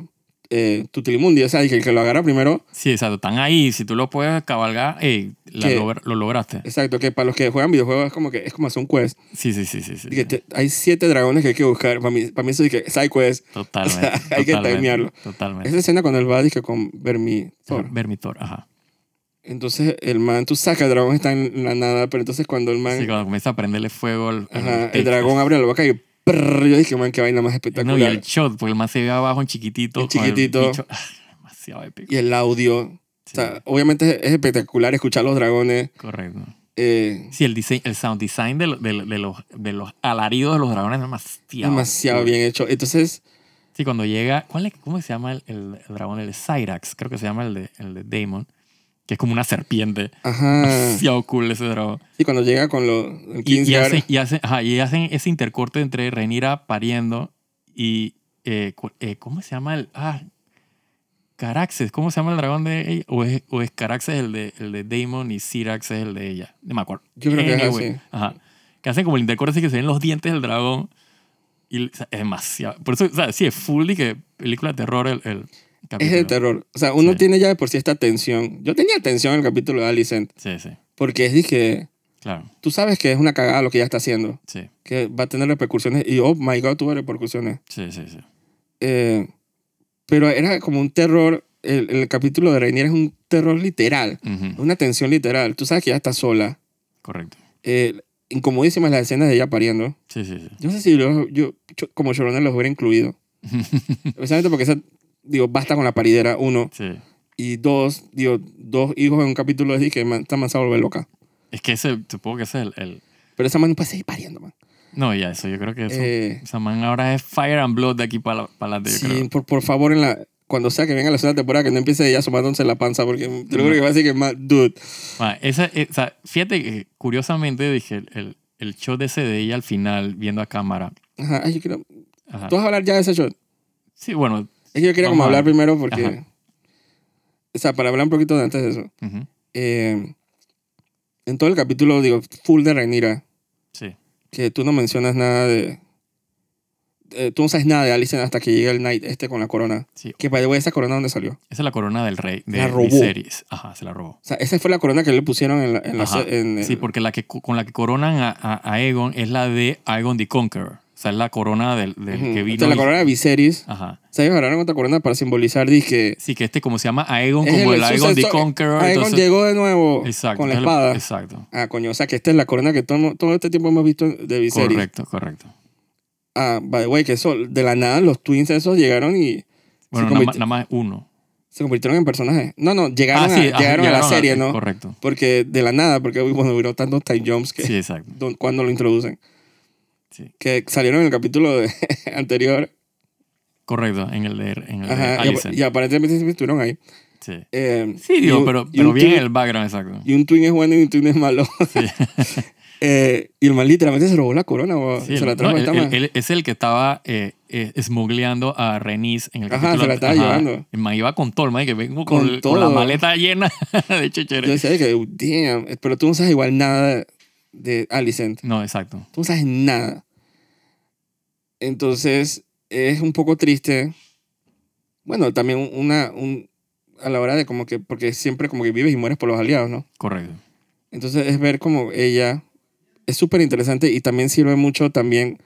Tutilimundi, o sea, y que el que lo agarra primero,
Sí, exacto. Están ahí. Si tú lo puedes cabalgar, ey, la
Que-
logra- lo lograste.
exacto, que para los que juegan videojuegos es como que es como hacer un quest.
Sí, sí, sí, sí. sí,
Y que
sí.
te- (laughs) hay siete dragones que hay que buscar. Para mí, para mí eso es que side quest.
Totalmente.
o sea, hay que
totalmente,
timearlo.
Totalmente.
Esa escena cuando él va dije con Vermi
Ajá, Vermitor, ajá.
Entonces el man, tú sacas el dragón está en la nada, pero entonces cuando el man
Sí, cuando comienza a prenderle fuego al, al
Ajá, el
techo.
dragón abre la boca y prrr, yo dije, man, qué vaina más espectacular.
No, y el shot, porque el más se ve abajo en chiquitito.
En
con el
chiquitito.
bicho. Ah, demasiado épico.
audio. O
Sí,
sea, obviamente es espectacular escuchar los dragones.
correcto.
eh,
Sí, el, diseño, el sound design de, lo- de lo- de los, de los alaridos de los dragones es demasiado.
demasiado
cool.
bien hecho. Entonces,
Sí, cuando llega. ¿cuál es, ¿Cómo se llama el, el- el dragón? El Cyrax, creo que se llama el de, el de Daemon, que es como una serpiente.
ajá.
Demasiado cool ese dragón.
Y cuando llega con los el
Y, y,
Kingsguard,
hacen, y, hacen, ajá, y hacen ese intercorte entre Renira pariendo y. eh, cu- eh, ¿Cómo se llama el.? Ah, Caraxes. ¿Cómo se llama el dragón de ella? ¿O es, o es Caraxes el de, el de Damon y Cyrax es el de ella? No me acuerdo.
yo creo que es
Anyway,
así.
Ajá. Que hacen como el intercorte así que se ven los dientes del dragón. Y o sea, es demasiado. Por eso, o sea, sí, es full de que película de terror el, el
Es
capítulo.
de terror. O sea, uno
Sí.
tiene ya de por sí esta tensión. Yo tenía tensión en el capítulo de Alicent,
Sí, sí.
porque es dije,
Claro,
tú sabes que es una cagada lo que ella está haciendo,
sí.
que va a tener repercusiones. Y oh my god, tuvo repercusiones.
Sí, sí, sí.
Eh, pero era como un terror. El, el capítulo de Rainier es un terror literal,
Ujú,
una tensión literal. Tú sabes que ya está sola.
Correcto.
Eh, incomodísimas las escenas de ella pariendo.
Sí, sí, sí.
Yo no sé si yo, yo yo como llorona los hubiera incluido. Precisamente porque esa, digo, basta con la paridera, uno.
Sí.
Y dos, digo, dos hijos en un capítulo así que man, esta man se va a volver loca.
Es que ese, supongo que ese es el, el-
Pero esa man no puede seguir pariendo, man.
No, ya, eso yo creo que eso.
Eh,
o sea, man, ahora es Fire and Blood de aquí para adelante, yo
sí,
creo.
por, por favor, en la, cuando sea que venga la segunda temporada, que no empiece ella asomándose la panza, porque te lo juro que va a decir que más, dude.
Ma, esa, eh, o sea, fíjate que curiosamente dije el, el, el shot de ese de ella al final viendo a cámara.
Ajá, ay, yo quiero-
Ajá.
Tú vas a hablar ya de ese shot.
Sí, bueno.
Es que yo quería
Ah. Vamos
como
a
hablar
ver.
primero porque...
Ajá.
O sea, para hablar un poquito de antes de eso.
ujú,
Eh, en todo el capítulo, digo, full de Rhaenyra,
sí.
que tú no mencionas nada de... eh, tú no sabes nada de Alicent hasta que llega el Knight este con la corona.
Sí.
Que, by the way, ¿esa corona dónde salió? O
Esa es la corona del rey de
La robó.
Viserys. Ajá, se la robó.
sea, esa fue la corona que le pusieron en la... en la
Ajá.
se- en el-
Sí, porque la que, co- con la que coronan a, a, a Aegon es la de Aegon the Conqueror. O O sea, es la corona del, del
Ujú.
que vino.
Esta es la
y-
corona de Viserys.
Ajá.
Se agarraron otra corona para simbolizar, dije.
Sí, que este, como se llama Aegon,
es
como el, Aegon the
suceso-
Conqueror.
Aegon
Ah, entonces-
llegó de nuevo
exacto,
con la
entonces le-
espada.
Exacto.
Ah, coño, o sea que esta es la corona que todo, todo este tiempo hemos visto de Viserys.
Correcto, correcto.
Ah, by the way, que eso, de la nada los twins esos llegaron y
Bueno,
se,
nada,
convirti-
más- nada más uno.
se convirtieron en personajes. No, no, llegaron,
ah,
a,
sí, ah,
llegaron, a la serie, ¿no?
Correcto.
Porque de la nada, porque bueno, hubo tantos time jumps que
Sí, exacto.
don- cuando lo introducen.
Sí.
Que salieron en el capítulo de- (laughs) anterior.
Correcto, en el de, en el de
Ajá, y,
Eh, Alicent.
ap- y aparentemente siempre estuvieron ahí.
sí.
Eh,
Sí,
y
digo,
un-
pero,
y
pero
un
bien
twin-
el background, exacto.
Y un twin es bueno y un twin es malo. (laughs) Eh, y el man literalmente se robó la corona. o
Sí,
se la
no,
trajo
él-
esta
él-
man.
él es el que estaba eh, eh, smugleando a Renis en el
Ajá,
capítulo
se la estaba
ante-
llevando.
El man iba con todo, el man, que vengo con,
Con
el- con la
todo.
maleta llena (laughs) de
Yo
checheres.
decía que, "Oh, damn, pero tú no sabes igual nada de, de Alicent.
No, exacto.
Tú no sabes nada. Entonces, es un poco triste. Bueno, también una, un, a la hora de como que, porque siempre como que vives y mueres por los aliados, ¿no?
Correcto.
Entonces, es ver como ella, es súper interesante y también sirve mucho también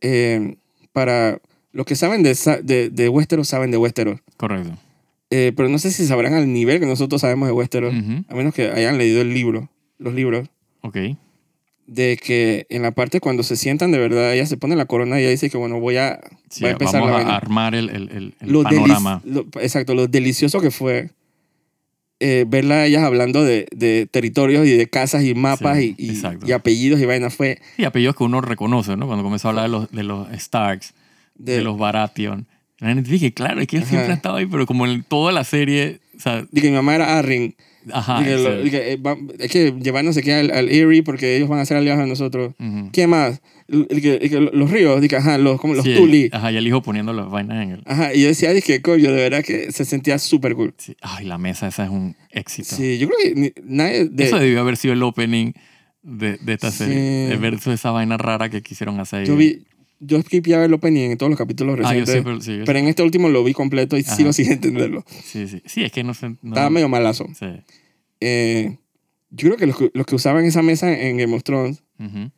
eh, para los que saben de, sa- de, de Westeros, saben de Westeros.
Correcto.
Eh, pero no sé si sabrán al nivel que nosotros sabemos de Westeros,
Ujú,
a menos que hayan leído el libro, los libros.
Ok.
de que en la parte cuando se sientan de verdad, ella se pone la corona y ella dice que bueno, voy a,
Sí,
voy a
vamos
empezar la
a
vaina.
armar el, el- el- el
Lo deli-
panorama.
lo- exacto, lo delicioso que fue eh, verla a ellas hablando de, de territorios y de casas y mapas
Sí,
y, y-
exacto.
y apellidos y vaina fue
Y apellidos que uno reconoce, ¿no? Cuando comenzó a hablar de los, de los Starks, de,
de,
los Baratheon. La gente dije, claro, es que ellos
Ajá.
siempre han estado ahí, pero como en toda la serie, o sea,
de que mi mamá era Arryn.
ajá.
de que lo-
ese-
de que, eh, va- es que llevándose aquí al, al Erie porque ellos van a ser aliados a nosotros.
Ujú.
¿Quién más? El- el que- el que- los ríos, de que, ajá, los, como los
Sí, el-
Tully.
Ajá, y el hijo poniendo las vainas en el...
Ajá, y yo decía, dije, coño, de verdad que se sentía súper cool.
Sí. Ay, la mesa esa es un éxito.
Sí, yo creo que ni- nadie de,
Eso debió haber sido el opening de, de esta
Sí.
serie. El verso de esa vaina rara que quisieron hacer. ahí.
yo vi yo skipeaba el opening en todos los capítulos
Ah, yo
recientes,
sé,
pero,
pero sí. yo-
en este último lo vi completo y
Ajá.
sigo sin (laughs) entenderlo.
sí, sí. Sí, es que no sé. no-
Estaba medio malazo.
sí.
Eh, yo creo que los, que los que usaban esa mesa en Game of Thrones,
Ujú.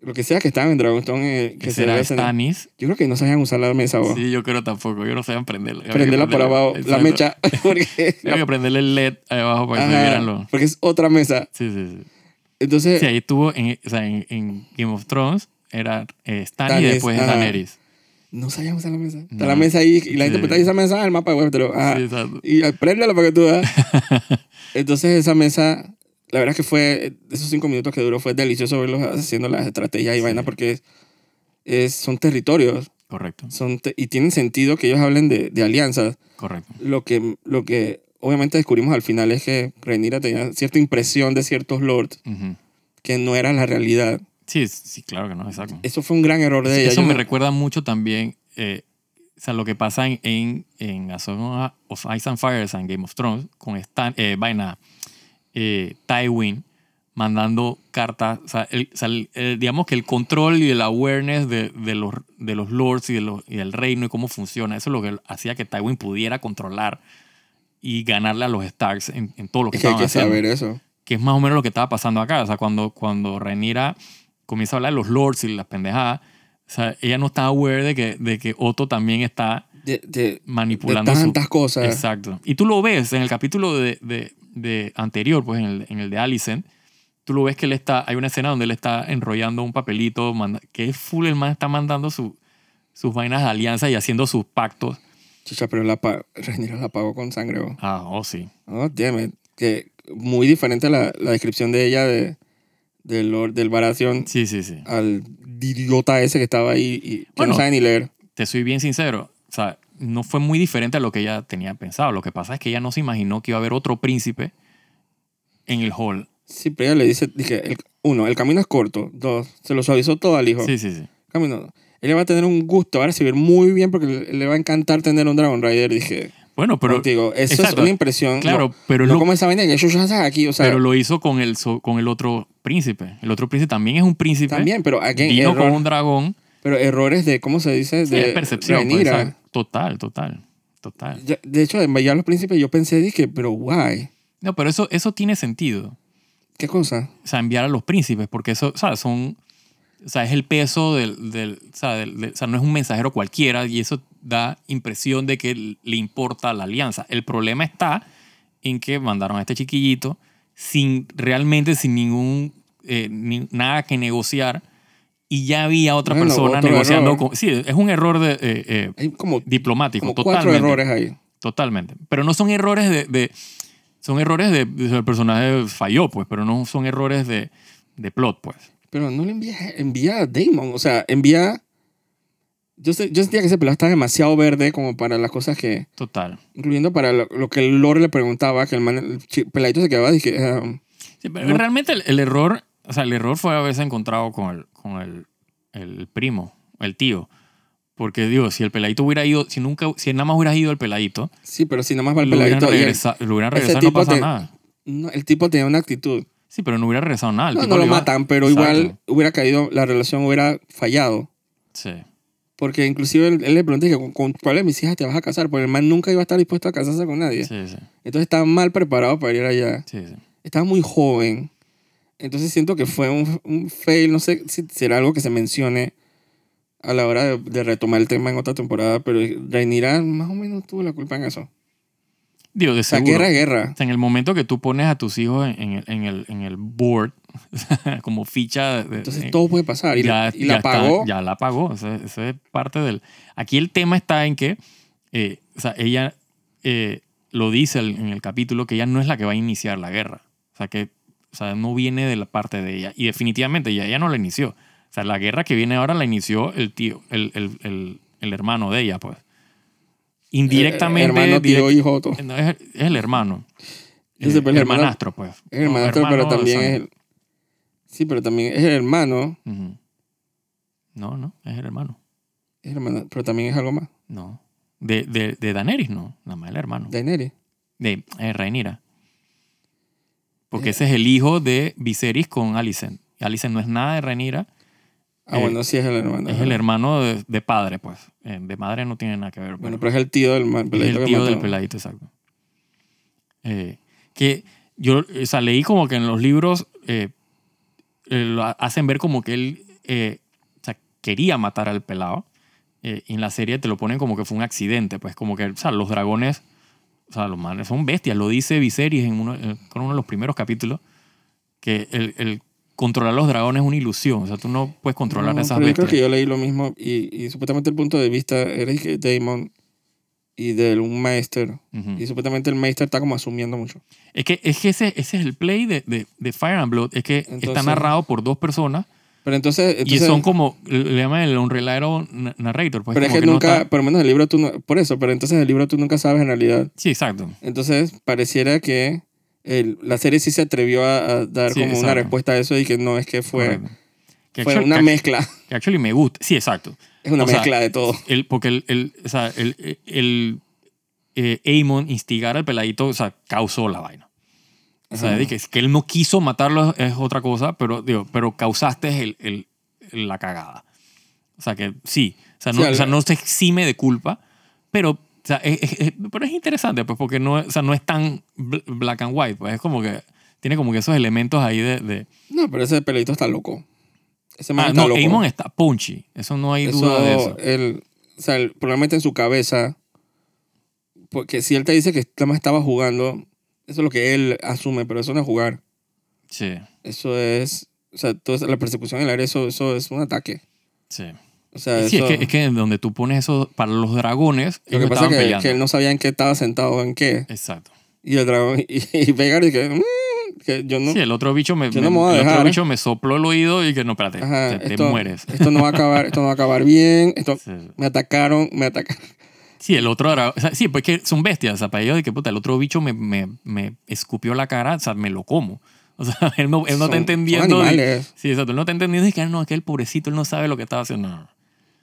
lo que sea que estaban en Dragonstone, eh, que
¿Qué
se
será
debe tener-
Stannis?
yo creo que no sabían usar la mesa. o
Sí, yo creo tampoco. Yo no sé prenderla. Habría que
prenderla por
prenderle-
abajo, la
Exacto. (laughs)
mecha, porque,
Habría que pues, prenderle el LED ahí abajo para que se
Ajá,
vieran los.
porque es otra mesa.
Sí, sí, sí.
Entonces,
Sí, ahí estuvo en, o sea, en, en Game of Thrones. Era eh, Stannis y
Stannis,
después
ajá.
Daenerys.
no sabían usar la mesa. Está
No.
la mesa ahí y la gente
Sí.
está ahí esa mesa, el mapa de Westeros. Ajá.
Sí, exacto.
y ah, préndelo para que tú
(laughs)
veas. Entonces esa mesa, la verdad que fue, esos cinco minutos que duró fue delicioso verlos haciendo las estrategias y
Sí.
vaina porque es, es- son territorios
Correcto,
son te- y tienen sentido que ellos hablen de, de alianzas.
correcto.
Lo que, lo que obviamente descubrimos al final es que Rhaenyra tenía cierta impresión de ciertos lords
Ujú.
que no era la realidad.
Sí, sí, claro que no, exacto.
Eso fue un gran error de
Sí,
ella.
Eso
Yo
me
no-
recuerda mucho también eh, o sea, lo que pasa en, en, en A Song of Ice and Fire, o sea, en Game of Thrones, con Stan, eh, vaina, eh, Tywin mandando cartas. O sea, el- o sea, el- el- digamos que el control y el awareness de, de los, de los lords y, de los- y del reino y cómo funciona, eso es lo que hacía que Tywin pudiera controlar y ganarle a los Starks en, en todo lo que
es que hay
estaban
que
haciendo
saber eso.
que es más o menos lo que estaba pasando acá. O sea, cuando, cuando Rhaenyra comienza a hablar de los lords y las pendejadas, o sea, ella no está aware de que, de que Otto también está
De, de- de
manipulando su...
tantas cosas.
Exacto. Y tú lo ves en el capítulo de, de- de anterior, pues en el, en el de Alicent, tú lo ves que él está, hay una escena donde él está enrollando un papelito, manda- que es full, el man está mandando su- sus vainas de alianza y haciendo sus pactos.
Chucha, pero la, pa- Rhaenyra la pagó con sangre. ¿o?
Ah, oh sí.
Oh, damn it. Que muy diferente la, la descripción de ella de, del Lord, del Baratheon
Sí, sí, sí.
al idiota ese que estaba ahí y que
Bueno.
no sabe ni leer.
te soy bien sincero, o sea, no fue muy diferente a lo que ella tenía pensado. Lo que pasa es que ella no se imaginó que iba a haber otro príncipe en el hall.
Sí, pero ella le dice, dije, el- uno, el camino es corto. Dos, se lo suavizó todo al hijo.
Sí, sí, sí.
Camino. Él va a tener un gusto, va a recibir muy bien porque le, le va a encantar tener un Dragon Rider. Dije,
Bueno, pero
contigo, eso es
exacto.
una impresión.
claro,
no,
pero,
no
lo,
como esa vaina que yo ya sabes aquí, o sea,
pero lo hizo con el, so- con el otro príncipe. El otro príncipe también es un príncipe.
también, pero again,
vino
error-
con un dragón.
pero errores de, ¿cómo se dice?
Sí,
de
es percepción. pues,
Rhaenyra.
exacto. total, total, total.
Ya- de hecho, en Bahía de los Príncipes yo pensé, dije, pero guay,
No, pero eso, eso tiene sentido.
¿qué cosa?
O sea, enviar a los príncipes, porque eso, o sea, son O sea, es el peso del, del, o sea, del- del- o sea, no es un mensajero cualquiera y eso da impresión de que le importa la alianza. El problema está en que mandaron a este chiquillito sin realmente sin ningún eh, ni- nada que negociar y ya había otra
Bueno,
persona
otro
negociando.
error.
con- sí, es un error de, eh, eh,
Hay como,
diplomático.
como
totalmente.
cuatro errores ahí.
Totalmente. Pero no son errores de. de- son errores de, de- El personaje falló, pues, pero no son errores de, de plot, pues.
Pero no le envía, envía a Damon. O sea, envía... Yo, sé- yo sentía que ese pelado estaba demasiado verde como para las cosas que...
Total.
Incluyendo para lo, lo que el Lore le preguntaba, que el, man, el chi- peladito se quedaba y que... ah,
Sí, pero
No-
Realmente el, el error. O sea, el error fue haberse encontrado con el, con el, el primo, el tío. Porque, digo, si el peladito hubiera ido. Si nunca. Si nada más hubiera ido el peladito.
sí, pero si nada más va el
lo, hubieran
peladito... y el,
regresa- lo hubieran
ese
regresado y no
tipo
pasa
te-
nada.
no, el tipo tenía una actitud.
Sí, pero no hubiera regresado nada. El
No,
tipo
no lo
le iba-
matan, pero
Exacto.
igual hubiera caído, la relación hubiera fallado.
Sí.
Porque inclusive él, él le pregunté que con, con cuál de mis hijas te vas a casar, porque el man nunca iba a estar dispuesto a casarse con nadie.
Sí, sí.
Entonces estaba mal preparado para ir allá.
Sí, sí.
Estaba muy joven. Entonces siento que fue un, un fail. No sé si será algo que se mencione a la hora de, de retomar el tema en otra temporada, pero Rhaenyra más o menos tuvo la culpa en eso.
Digo, de
O sea,
seguro.
guerra, guerra.
O sea, en el momento que tú pones a tus hijos en, en el, en el, en el board, (laughs) como ficha de,
Entonces
eh,
todo puede pasar. Y, la- y la
está-
pagó.
ya la pagó. O sea, eso es parte del. Aquí el tema está en que eh, o sea, ella eh, lo dice el- en el capítulo que ella no es la que va a iniciar la guerra. O sea, que o sea, no viene de la parte de ella. Y definitivamente ella, ella no la inició. O sea, la guerra que viene ahora la inició el tío, el, el, el, el hermano de ella, pues. Indirectamente.
Eh, hermano, tío,
direct-
hijo, todo.
no, es, el- es el hermano.
Yo sé, pero el hermano-
hermanastro, pues.
Es el hermanastro,
No, hermano
pero también
de
es el... Sí, pero también es el hermano.
sangre. Ujú. No, no, es el hermano.
Es el hermano, pero también es algo más.
No. De, de, de Daenerys, no. Nada más el hermano. De,
Daenerys.
eh, Rhaenyra. Porque
Eh.
ese es el hijo de Viserys con Alicent. Alicent no es nada de Rhaenyra.
Ah,
Eh,
bueno, sí es el hermano.
Es el hermano de, de padre, pues. Eh, de madre no tiene nada que ver. pues.
Bueno,
pero
pero es el tío del man-
es
peladito
el
que
tío
mató.
del peladito, exacto. Eh, que yo, o sea, leí como que en los libros eh, eh, lo ha- hacen ver como que él eh, o sea, quería matar al pelado. eh, y en la serie te lo ponen como que fue un accidente, pues como que, o sea, los dragones, o sea, los manes son bestias, lo dice Viserys en uno, en- con uno de los primeros capítulos, que el, el controlar los dragones es una ilusión, o sea, tú no puedes controlar
No,
a esas
pero yo creo
bestias.
que yo leí lo mismo y, y supuestamente el punto de vista era que Damon y de un maestro.
Ujú.
Y supuestamente el maestro está como asumiendo mucho.
Es que, es que ese, ese es el play de, de- de Fire and Blood, es que está
Entonces-
narrado por dos personas
Pero entonces... entonces
y son como, le llaman el unreliable na- narrator. Pues,
pero es
como
que,
no
nunca,
está-
por lo menos el libro tú no, por eso, pero entonces el libro tú nunca sabes en realidad.
Sí, exacto.
Entonces pareciera que el- la serie sí se atrevió a, a dar
Sí,
como una
exacto.
respuesta a eso y que no es que fue,
correcto. Que
fue
actually-
una
que-
mezcla. (laughs)
que actually me gusta. Sí, exacto.
Es una
O sea,
mezcla de todo.
El, porque el, el, o sea, el, el, eh, Aemon instigar al peladito, o sea, causó la vaina. O sea,
Ajá.
de que, que él no quiso matarlo es, es otra cosa, pero, digo, pero causaste el, el- el- la cagada. O sea, que sí. O sea, no,
Sí, al-
o sea, no se exime de culpa, pero, o sea, es, es- es- pero es interesante, pues, porque no, es- o sea, no es tan bl- black and white. Pues es como que tiene como que esos elementos ahí de. de-
No, pero ese peladito está loco. Ese man
Ah,
está
no,
loco.
Aemon está punchy. Eso no hay
Eso,
duda de eso.
él- o sea, él probablemente en su cabeza, porque si él te dice que nada más estaba jugando, eso es lo que él asume, pero eso no es jugar.
Sí,
Eso es, o sea, toda esa- la persecución en el aire, eso, eso es un ataque.
sí.
O sea,
Sí, es
eso-
que, es que en donde tú pones eso para los dragones,
lo
ellos
que pasa es
estaban
que,
peleando.
que él no sabía en qué estaba sentado, en qué.
Exacto.
Y el dragón, y, y Vegard, y que, "Mm", que yo no...
Sí, el otro bicho me,
Yo
me-
no me voy a
el otro
dejar, ¿eh?
bicho me sopló el oído y que no, espérate,
ajá,
te, te
esto,
mueres.
esto no va a acabar, esto no va a acabar bien, esto...
Sí, sí.
Me atacaron, me atacaron.
Sí, el otro dragón. o sea, sí, pues que son bestias. O sea, para ellos de que puta, el otro bicho me, me, me escupió la cara, o sea, me lo como. O sea, (laughs) él no, él
Son-
no está
son
entendiendo. de-
animales,
sí, exacto. Él no está entendiendo y que ah, no, es que el pobrecito, él no sabe lo que estaba haciendo. No, no.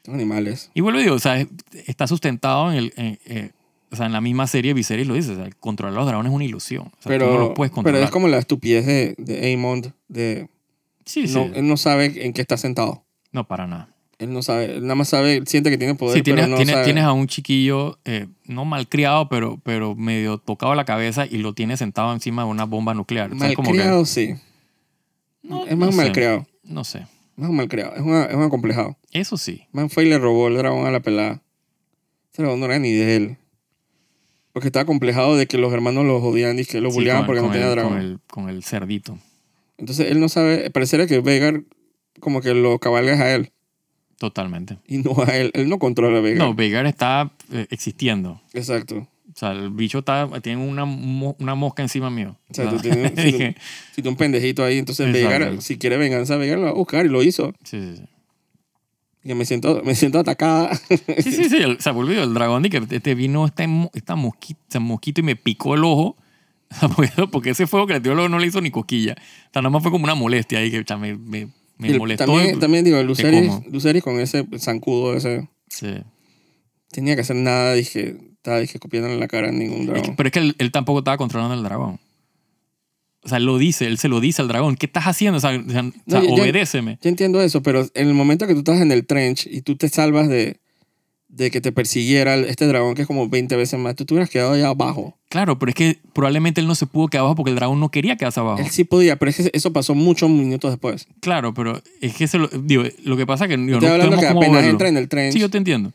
son animales.
Y vuelvo y digo, o sea, es- está sustentado en el. en- eh, o sea, en la misma serie Viserys lo dice, o sea, el controlar a los dragones es una ilusión. O sea, tú
pero,
no lo puedes controlar.
pero es como la estupidez de, de Amond, de
sí, sí.
no, él no sabe en qué está sentado.
no, para nada.
Él no sabe, él nada más sabe, él siente que tiene poder,
Sí, tienes,
pero no
tienes-
sabe.
tienes a un chiquillo, eh, no malcriado, pero, pero medio tocado la cabeza y lo tienes sentado encima de una bomba nuclear. O sea, como que-
malcriado, sí.
no,
es más
no sé,
malcriado.
No sé.
No es un malcriado, es, una, es un acomplejado.
Eso sí.
Man fue y le robó el dragón a la pelada. Ese dragón no era ni de él. Porque estaba complejado de que los hermanos lo jodían y que lo
Sí,
bulleaban
con-
porque no
con
tenía
el-
dragón.
Con el, con el cerdito.
Entonces él no sabe, pareciera que Vegar como que lo cabalga es a él
Totalmente.
y no a él. Él no controla a Vegar.
No, Vegar está eh, existiendo.
Exacto.
O sea, el bicho está, tiene una, mo- una mosca encima mío.
O sea,
Ah,
tú
(laughs)
tienes- si tú-
dije,
Si tú un pendejito ahí, entonces
Exacto.
Vegar, si quiere venganza, Vegar lo va a buscar y lo hizo.
sí, sí, sí.
Y me siento, me siento atacada.
Sí, sí, sí, el- se ha volvido el dragón de que este vino esta, mo- esta mosquita, este mosquito y me picó el ojo. (laughs) Porque- Porque ese fuego que le tiró el ojo no le hizo ni cosquilla. O sea, nada más fue como una molestia ahí que cha, me, me, me
(laughs) Y el-
molestó.
También, también digo, Luceris,
como.
Luceris con ese zancudo ese,
Sí.
tenía que hacer nada, dije, estaba, dije, copiándole la cara a ningún
Es que-
dragón.
pero es que él, él tampoco estaba controlando al dragón. O sea, él lo dice, él se lo dice al dragón. ¿Qué estás haciendo? O sea, o sea, o
ya-
sea,
ya-
obedéceme.
Yo entiendo eso, pero en el momento que tú estás en el trench y tú te salvas de, de que te persiguiera este dragón que es como 20 veces más, tú te hubieras quedado allá abajo.
Claro, pero es que probablemente él no se pudo quedar abajo porque el dragón no quería quedarse abajo.
Él sí podía, pero es que eso pasó muchos minutos después.
Claro, pero es que se lo, digo, lo que pasa es que digo, no
Estoy hablando
tenemos
que
cómo
apenas
verlo.
entra en el trench.
Sí, yo te entiendo.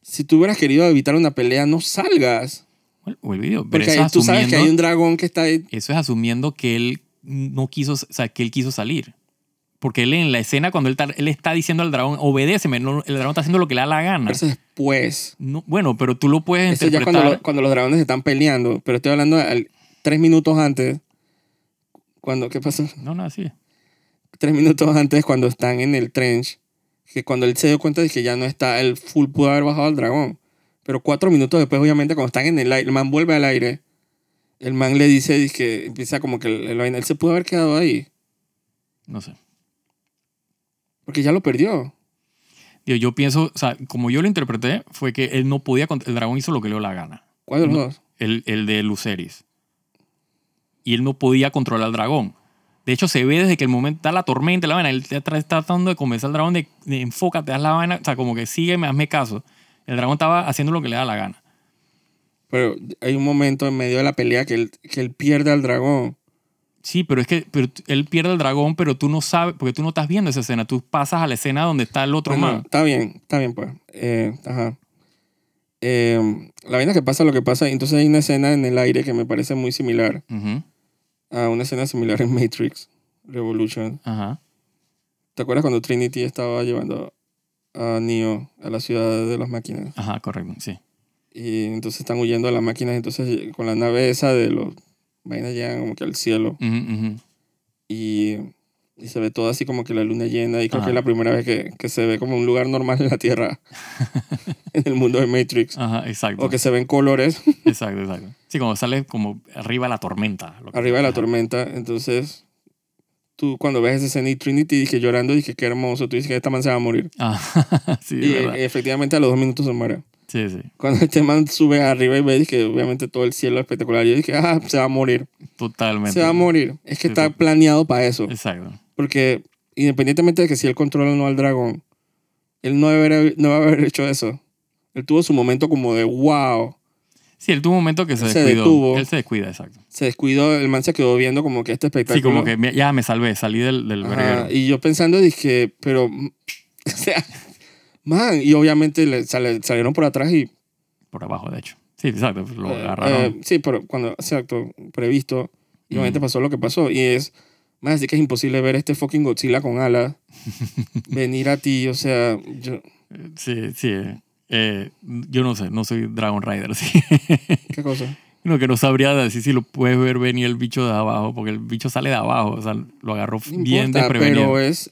Si tú hubieras querido evitar una pelea, no salgas.
Bueno, O el video. Pero
Porque
eso
ahí
es,
tú sabes que hay
asumiendo,
un dragón que está ahí.
eso es asumiendo que él no quiso, o sea, que él quiso salir. Porque él en la escena, cuando él está, él está diciendo al dragón, obedéceme, no, el dragón está haciendo lo que le da la gana.
Pero eso es después.
No, bueno, pero tú lo puedes
Eso ya
interpretar.
cuando, lo- cuando los dragones están peleando. Pero estoy hablando al- tres minutos antes. Cuando, ¿Qué pasó?
No, no, sí.
Tres minutos antes cuando están en el trench. Que cuando él se dio cuenta de que ya no está, el full pudo haber bajado al dragón. Pero cuatro minutos después, obviamente, cuando están en el aire, el man vuelve al aire. El man le dice, dice que empieza como que el- el- él se pudo haber quedado ahí.
No sé.
Porque ya lo perdió.
Digo, yo pienso, o sea, como yo lo interpreté, fue que él no podía, cont- el dragón hizo lo que le dio la gana.
¿Cuál de los
No.
dos?
el, el de Luceris. Y él no podía controlar al dragón. De hecho, se ve desde que el momento da la tormenta, la vaina, él está tra- está tratando de convencer al dragón de, de enfócate, haz la vaina, o sea, como que sígueme, hazme caso. El dragón estaba haciendo lo que le da la gana.
Pero hay un momento en medio de la pelea que él, que él pierde al dragón.
Sí, pero es que pero t- él pierde al dragón, pero tú no sabes, porque tú no estás viendo esa escena, tú pasas a la escena donde está el otro
Bueno,
man.
está bien, está bien, pues. Eh, ajá. Eh, la vaina que pasa, lo que pasa. Entonces hay una escena en el aire que me parece muy similar
Ujú,
a una escena similar en Matrix Revolution.
Ajá.
¿Te acuerdas cuando Trinity estaba llevando a Neo a la ciudad de las máquinas?
Ajá, correcto, sí.
Y entonces están huyendo de las máquinas. Entonces con la nave esa de los vainas llegan como que al cielo.
Ujú, ujú.
y, y se ve todo así como que la luna llena y creo
Ajá.
que es la primera vez que, que se ve como un lugar normal en la Tierra, en el mundo de Matrix.
Ajá, exacto.
O que se ven colores
Exacto, exacto. Sí, como sale como arriba la tormenta. lo que-
arriba de la
Ajá.
tormenta. Entonces, tú cuando ves esa escena y Trinity dije llorando, dije qué hermoso, tú dices que esta man se va a morir.
(laughs) Ah, sí, es
y
verdad.
eh, efectivamente a los dos minutos se muere.
Sí, sí.
Cuando este man sube arriba y ve que obviamente todo el cielo es espectacular, yo dije, ah, se va a morir,
Totalmente.
se va a morir. Es que
Sí,
está
sí.
planeado para eso.
Exacto.
Porque independientemente de que si él controla o no al dragón, él no debería no va a haber hecho eso. Él tuvo su momento como de wow.
Sí, él tuvo un momento que se
Él se
descuidó.
detuvo.
Él se descuida, exacto.
Se descuidó, el man se quedó viendo como que este espectáculo.
Sí, como que me- ya me salvé, salí del, del
Ajá,
verguero.
Y yo pensando dije, pero. (laughs) O sea, man. Y obviamente le sale- salieron por atrás y.
Por abajo, de hecho. Sí, exacto. pues, Lo
eh,
agarraron.
eh, sí, pero cuando. Exacto, previsto. Y
Mm.
obviamente pasó lo que pasó. Y es. Más así que es imposible ver este fucking Godzilla con
(laughs)
alas venir a ti. O sea, yo,
Sí, sí. eh, eh, yo no sé, no soy Dragon Rider, (laughs) sí.
¿qué cosa?
Lo que no sabría decir si lo puedes ver venir el bicho de abajo, porque el bicho sale de abajo, o sea, lo agarró
No
bien
importa,
desprevenido.
Pero eh. es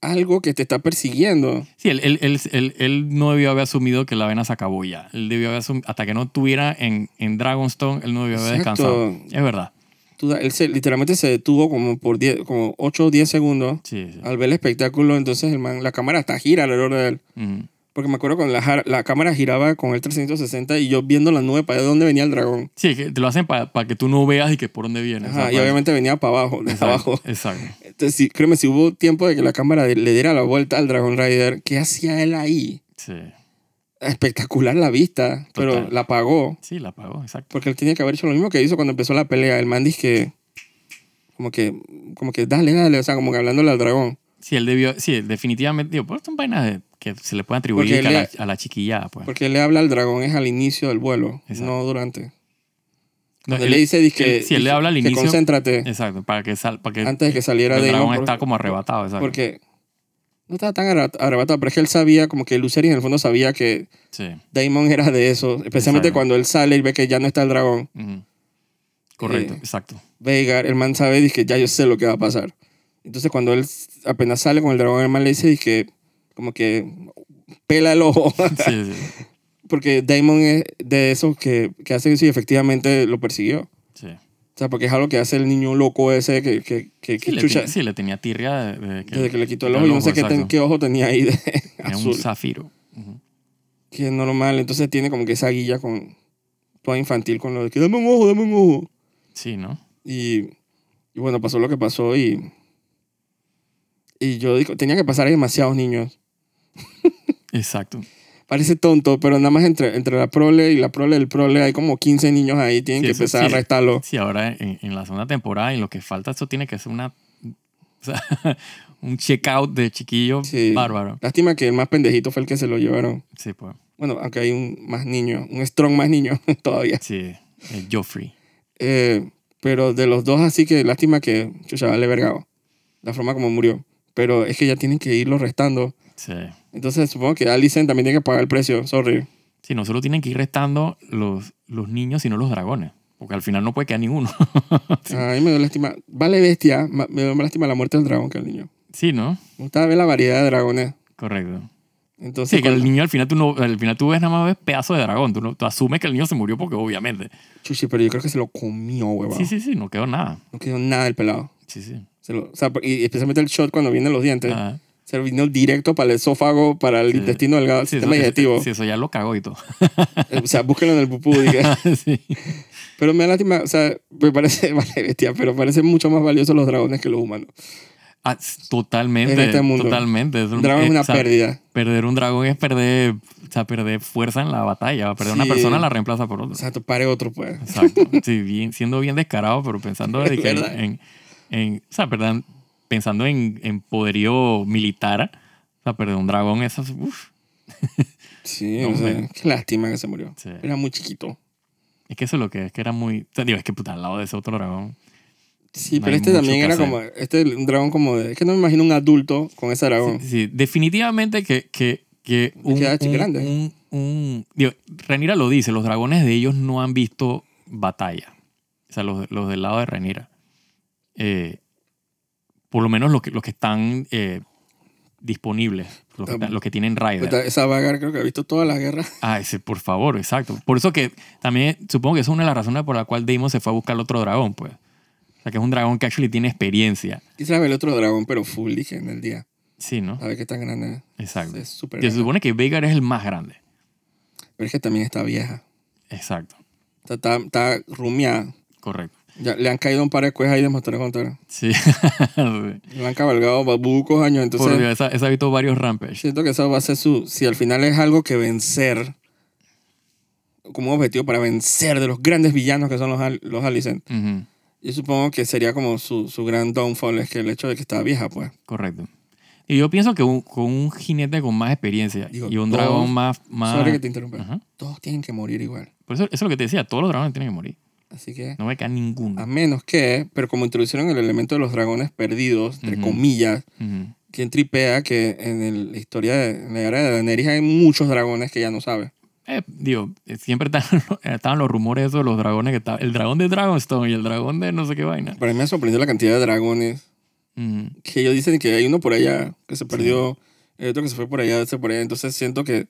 algo que te está persiguiendo.
Sí, él, él, él, él- él no debió haber asumido que la vena se acabó ya. Él debió haber asum- hasta que no estuviera en, en Dragonstone, él no debió haber
Exacto.
descansado. Es verdad.
Tú da- él se- literalmente se detuvo como por 10, como 8 o 10 segundos
Sí, sí.
al ver el espectáculo. Entonces el man, la cámara hasta gira alrededor de él.
Ujú.
Porque me acuerdo cuando la, jar- la cámara giraba con el 360 y yo viendo la nube para ver dónde venía el dragón.
Sí, es que te lo hacen para que tú no veas y que por dónde vienes.
Ajá, y obviamente venía para abajo, de abajo.
(laughs) Exacto.
Entonces, sí, créeme, si hubo tiempo de que la cámara de- le diera la vuelta al Dragon Rider, ¿qué hacía él ahí?
Sí.
Espectacular la vista, pero
Total.
la apagó.
Sí, la pagó, exacto.
Porque él tenía que haber hecho lo mismo que hizo cuando empezó la pelea. El man dice que. Como que. Como que dale, dale. O sea, como que hablándole al dragón.
Sí, él debió, sí, él definitivamente, digo, pues son vainas de- que se le pueden atribuir
Porque
a,
él
la,
le-
a la chiquillada, pues.
Porque él le habla al dragón es al inicio del vuelo,
Exacto.
no durante.
No,
Cuando él
él-
le dice dizque,
él- sí, él le habla al
dizque,
inicio.
concéntrate
Exacto, para que, sal, para que
antes de que saliera
el
de
dragón está como arrebatado, exacto.
Porque no estaba tan arrebat- arrebatado, pero es que él sabía, como que Lucerys en el fondo sabía que
Sí.
Daemon era de eso. Especialmente
Exacto.
cuando él sale y ve que ya no está el dragón.
ujú. Correcto,
Eh, (laughs)
exacto.
Veigar, el man sabe, dice ya yo sé lo que va a pasar. Entonces cuando él apenas sale con el dragón, el man le dice, que como que pela el ojo. (laughs)
Sí, sí,
porque Daemon es de esos que, que hace eso y efectivamente lo persiguió.
sí.
O sea, porque es algo que hace el niño loco ese que, que, que,
Sí,
que
le,
chucha,
ti- sí, le tenía tirria de, de que,
desde que le quitó el
del
ojo. Yo no sé qué,
exacto.
ten- qué ojo tenía ahí
(laughs)
de
Era un
azul.
zafiro. Ujú.
que es normal. Entonces tiene como que esa guilla con toda infantil con lo de que dame un ojo, dame un ojo.
Sí, ¿no?
Y, y bueno, pasó lo que pasó y. Y yo digo, tenía que pasar a demasiados niños.
Exacto.
Parece tonto, pero nada más entre, entre la prole y la prole del prole hay como 15 niños ahí. Tienen
Sí,
que
eso-
empezar
sí.
a restarlo.
Sí, ahora en, en la segunda temporada, en lo que falta, esto tiene que ser una. o sea, (laughs) un checkout de chiquillo
Sí.
bárbaro.
Lástima que el más pendejito fue el que se lo llevaron.
Sí, pues.
Bueno, aunque hay un más niño, un strong más niño (laughs) todavía.
Sí, el Joffrey.
Eh, pero de los dos, así que lástima que chucha, vale vergado. La forma como murió. Pero es que ya tienen que irlo restando.
Sí.
Entonces supongo que Alicent también tiene que pagar el precio. Sorry.
Sí, no solo tienen que ir restando los, los niños, sino los dragones. Porque al final no puede quedar ninguno. (laughs)
A mí me dio lástima. Vale bestia. ma- Me dio más lástima la muerte del dragón que el niño.
Sí, ¿no?
Me gustaba ver la variedad de dragones.
Correcto.
Entonces,
Sí, que el
cuando-
niño al final tú, no, al final tú ves nada más ves pedazo de dragón. Tú, no, tú asumes que el niño se murió porque obviamente.
chuchi, pero yo creo que se lo comió, huevón.
Sí, sí, sí, no quedó nada.
No quedó nada del pelado.
Sí, sí.
Se lo- o sea, y especialmente el shot cuando vienen los dientes.
Ah,
Se vino directo para el esófago, para el
Sí.
intestino delgado, el
sí,
sistema
eso-
digestivo.
sí, eso ya lo cagó y todo. (laughs)
Eh, O sea, búsquenlo en el pupú. diga.
sí.
Pero me da lástima, o sea, me parece, (laughs) vale, bestia, pero parece mucho más valiosos los dragones que los humanos.
Ah, s- totalmente.
En este mundo.
Totalmente. Es
Un
un-
dragón
eh,
es una
o sea,
pérdida.
Perder un dragón es perder, o sea, perder fuerza en la batalla. Perder una
Sí.
persona la reemplaza por otra.
O sea, tú pare otro, pues. (laughs)
Exacto. Sí, bien, siendo bien descarado, pero pensando de
Es
que en,
verdad.
en- en- o sea, perdón, pensando en, en poderío militar, o sea, perder un dragón, eso es, uf.
Sí,
No,
o sea,
hombre.
qué lástima que se murió.
Sí.
Era muy chiquito.
Es que eso es lo que es, que era muy, o sea, digo, es que puta, al lado de ese otro dragón.
Sí,
No
pero
hay
este
mucho
también
que
era
hacer.
como, este es un dragón como de, es que no me imagino un adulto con ese dragón.
Sí, sí, definitivamente que, que, que un,
queda chico
un-
grande.
un- un- digo, Rhaenyra lo dice, los dragones de ellos no han visto batalla. O sea, los, los del lado de Renira. Eh, por lo menos los que, los que están eh, disponibles, los que, están- los que tienen Rider.
Puta, Esa vagar creo que ha visto todas las guerras.
Ah, ese, por favor, exacto. Por eso que también supongo que esa es una de las razones por la cual Damon se fue a buscar otro dragón, pues. O sea, que es un dragón que actually tiene experiencia.
(laughs) Quisiera ver el otro dragón, pero full, dije, en el día.
Sí, ¿no?
A ver qué tan grande es.
Exacto.
Es súper
Y se
grande.
supone que Veigar es el más grande.
Pero es que también está vieja.
Exacto.
Está, está, está rumiada.
Correcto.
Ya, le han caído un par de cuejas ahí de mostrar contra.
Sí. (laughs) Sí.
Le han cabalgado babucos años, entonces...
por Dios, esa, esa ha visto varios Rampage.
Siento que eso va a ser su. Si al final es algo que vencer, como un objetivo para vencer de los grandes villanos que son los, Al- los Alicent.
Ujú,
Yo supongo que sería como su, su gran downfall, es que el hecho de que está vieja, pues.
Correcto. Y yo pienso que un- con un jinete con más experiencia
Digo,
y un
todos-
dragón más... más
Sorry que te interrumpa.
Ajá.
Todos tienen que morir igual.
Por eso, eso es lo que te decía, todos los dragones tienen que morir.
Así que,
No me queda ninguno.
a menos que, pero como introducieron el elemento de los dragones perdidos, entre
Ujú.
comillas,
Ujú,
quien tripea que en el- la historia de en la era de Daenerys hay muchos dragones que ya no sabe.
Eh, digo, eh, siempre estaban, estaban (laughs) los rumores esos de los dragones que estaban. El dragón de Dragonstone y el dragón de no sé qué vaina.
Para mí me sorprendió la cantidad de dragones
Ujú,
que ellos dicen que hay uno por allá que se perdió, el otro que se fue por allá, otro por allá. Entonces siento que,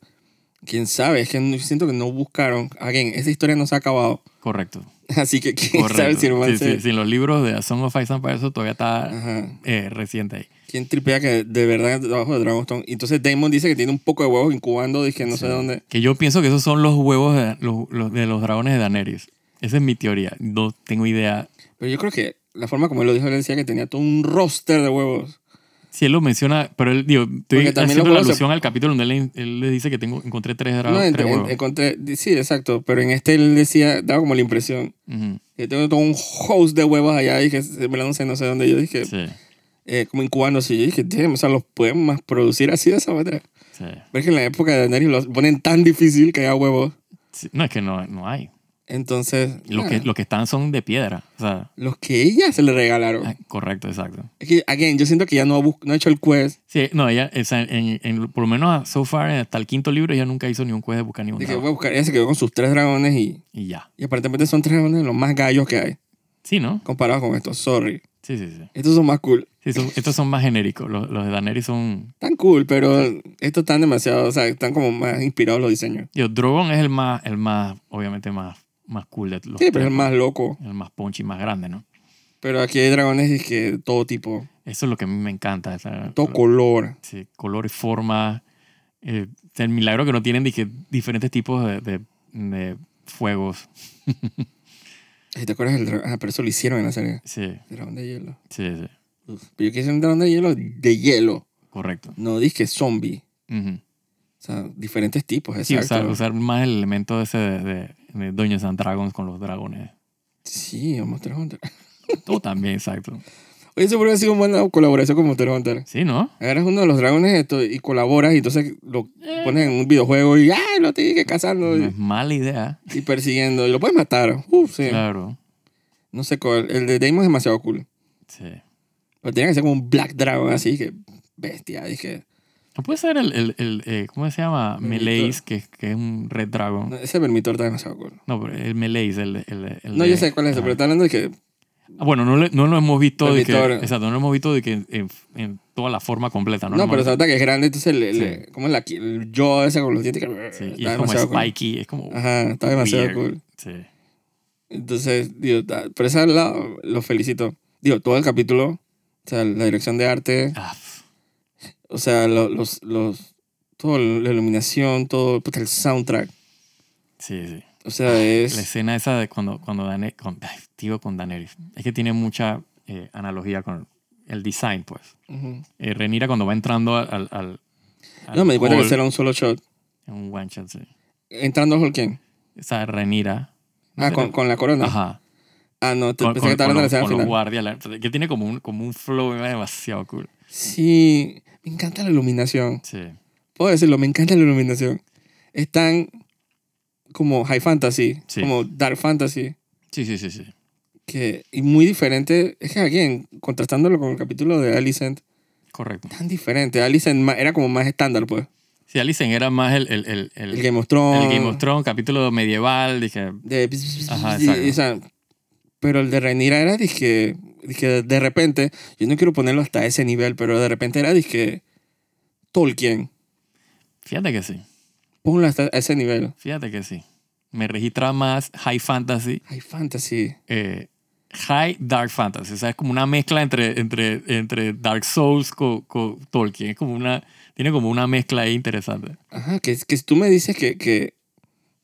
quién sabe, es que no- siento que no buscaron. Again, esa historia no se ha acabado. (laughs)
Correcto.
Así que quién sabe
correcto.
si no
Sí, sí, sí, los libros de A Song of Ice and Fire, eso todavía está
Ajá.
eh, reciente ahí.
¿Quién tripea que de verdad debajo de Dragonstone? Y entonces Damon dice que tiene un poco de huevos incubando, dije, no sé
Sí.
dónde.
Que yo pienso que esos son los huevos de los, los- de los dragones de Daenerys. Esa es mi teoría. No tengo idea.
Pero yo creo que la forma como él lo dijo, él decía que tenía todo un roster de huevos.
Si él lo menciona, pero él, digo, estoy
Porque también los
haciendo la
huevos se-
alusión al capítulo donde él, él le dice que tengo, encontré tres
no,
dragones.
ent-
tres
en-
huevos.
encontré, sí, exacto, pero en este él decía, daba como la impresión
Ujú,
que tengo todo un host de huevos allá, dije, en verdad no sé, no sé dónde. Yo dije,
Sí.
eh, como incubando así. Yo dije, damn, o sea, los podemos producir así de esa manera.
Sí.
Pero es que en la época de Daenerys los ponen tan difícil que ya huevo.
Sí. No, es que no, no hay.
Entonces,
Los,
ah,
que, los que están son de piedra. O sea,
los que ella se le regalaron.
ah, correcto, exacto.
Es que, again, yo siento que ya no ha, bus- no ha hecho el quest.
Sí, no, ella, o sea, en, en- por lo menos so far, hasta el quinto libro, ella nunca hizo ni un juez de buscar ni un
De que
dragón.
voy a buscar. Ella se quedó con sus tres dragones y,
Y ya.
y aparentemente son tres dragones los más gallos que hay.
Sí, ¿no?
Comparados con estos, sorry.
Sí, sí, sí.
Estos son más cool.
Sí, son- estos son más genéricos. Los, los de Daenerys son...
Tan cool, pero estos están demasiado, o sea, están como más inspirados los diseños.
Yo, Drogon es el más, el más, obviamente, más, más cool de los
Sí, pero es
tres,
el más loco.
El más punchy, más grande, ¿no?
Pero aquí hay dragones y que de todo tipo,
Eso es lo que a mí me encanta. esa-
todo color.
sí, color y forma. Eh, el milagro que no tienen dije, diferentes tipos de, de- de fuegos.
Ay, ¿Te acuerdas del dragón? Ah, pero eso lo hicieron en la serie.
Sí,
Dragón de hielo.
sí, sí.
Uf. Pero yo quise un dragón de hielo de hielo.
Correcto.
No dije zombie.
Ujú.
O sea, diferentes tipos,
Sí,
exacto.
usar, usar más el elemento ese de, de, de Dungeons and Dragons con los dragones.
Sí, o Monster Hunter.
Tú también, exacto.
Oye, eso hubiera sido una buena colaboración con Monster Hunter.
Sí, ¿no?
Agarras uno de los dragones esto, y colaboras y entonces lo
Eh.
pones en un videojuego y ¡ay! Lo tienes que cazando
No
y,
es mala idea.
y persiguiendo. Y lo puedes matar. Uf, sí.
Claro.
No sé cuál. El de Damon es demasiado cool.
Sí.
Pero tenía que ser como un Black Dragon así, que bestia. Dije,
No puede ser el, el, el, eh, ¿cómo se llama?
Maldito.
Meleis, que, que es un Red Dragon.
no, ese permitor está demasiado cool.
No, pero el Meleis, el, el, el
No,
de-
yo sé cuál es ese,
Ajá.
pero está hablando de que
Ah, Bueno, no, le- no lo hemos visto de que,
Permitor.
exacto, no lo hemos visto de que en, en- en toda la forma completa, ¿no?
No, pero
Nomás-
se nota que es grande, entonces le, le- como la, el yo ese con los dientes que
sí, y
está
es como
demasiado cool.
spiky, es como
Ajá, está demasiado
weird.
cool.
Sí.
Entonces, digo, ta- por ese lado lo felicito. Digo, todo el capítulo, o sea, la dirección de arte,
Ah, pf,
o sea, lo- los, los, todo, la iluminación, todo, puta, el soundtrack.
sí, sí.
O sea,
La
es...
escena esa de cuando, cuando Dane, con, ay, tío, con Daenerys. Es que tiene mucha eh, analogía con el design, pues.
Ujú.
Eh, Renira cuando va entrando al... al, al- al
No, me di cuenta que
hall,
ese era un solo shot.
en un one shot, sí.
Entrando al Hall King.
O sea, Renira...
Ah, con, con la corona.
Ajá.
Ah, no, te,
Con,
pensé
con-
que estaba
con
hablando de la
los,
escena
con los
final.
guardias. la- que tiene como un, como un flow demasiado cool.
Sí, me encanta la iluminación.
Sí.
puedo decirlo, me encanta la iluminación. Es tan como high fantasy,
Sí.
como dark fantasy,
Sí, sí, sí, sí.
que y muy diferente. Es que alguien, contrastándolo con el capítulo de Alicent,
Correcto.
tan diferente. Alicent ma- era como más estándar, pues.
Sí, Alicent era más el, el, el, el,
El Game of Thrones.
el Game of Thrones, capítulo medieval, dije,
de-
Ajá,
y- y- o sea, pero el de Rhaenyra era, dije, dije, de repente, yo no quiero ponerlo hasta ese nivel, pero de repente era, dije, Tolkien.
fíjate que sí,
Ponlo hasta ese nivel.
fíjate que sí. Me registra más high fantasy,
High fantasy.
eh, high dark fantasy, o sea, es como una mezcla entre, entre, entre Dark Souls con Tolkien, es como una, tiene como una mezcla ahí interesante.
Ajá, que, que si tú me dices que, que,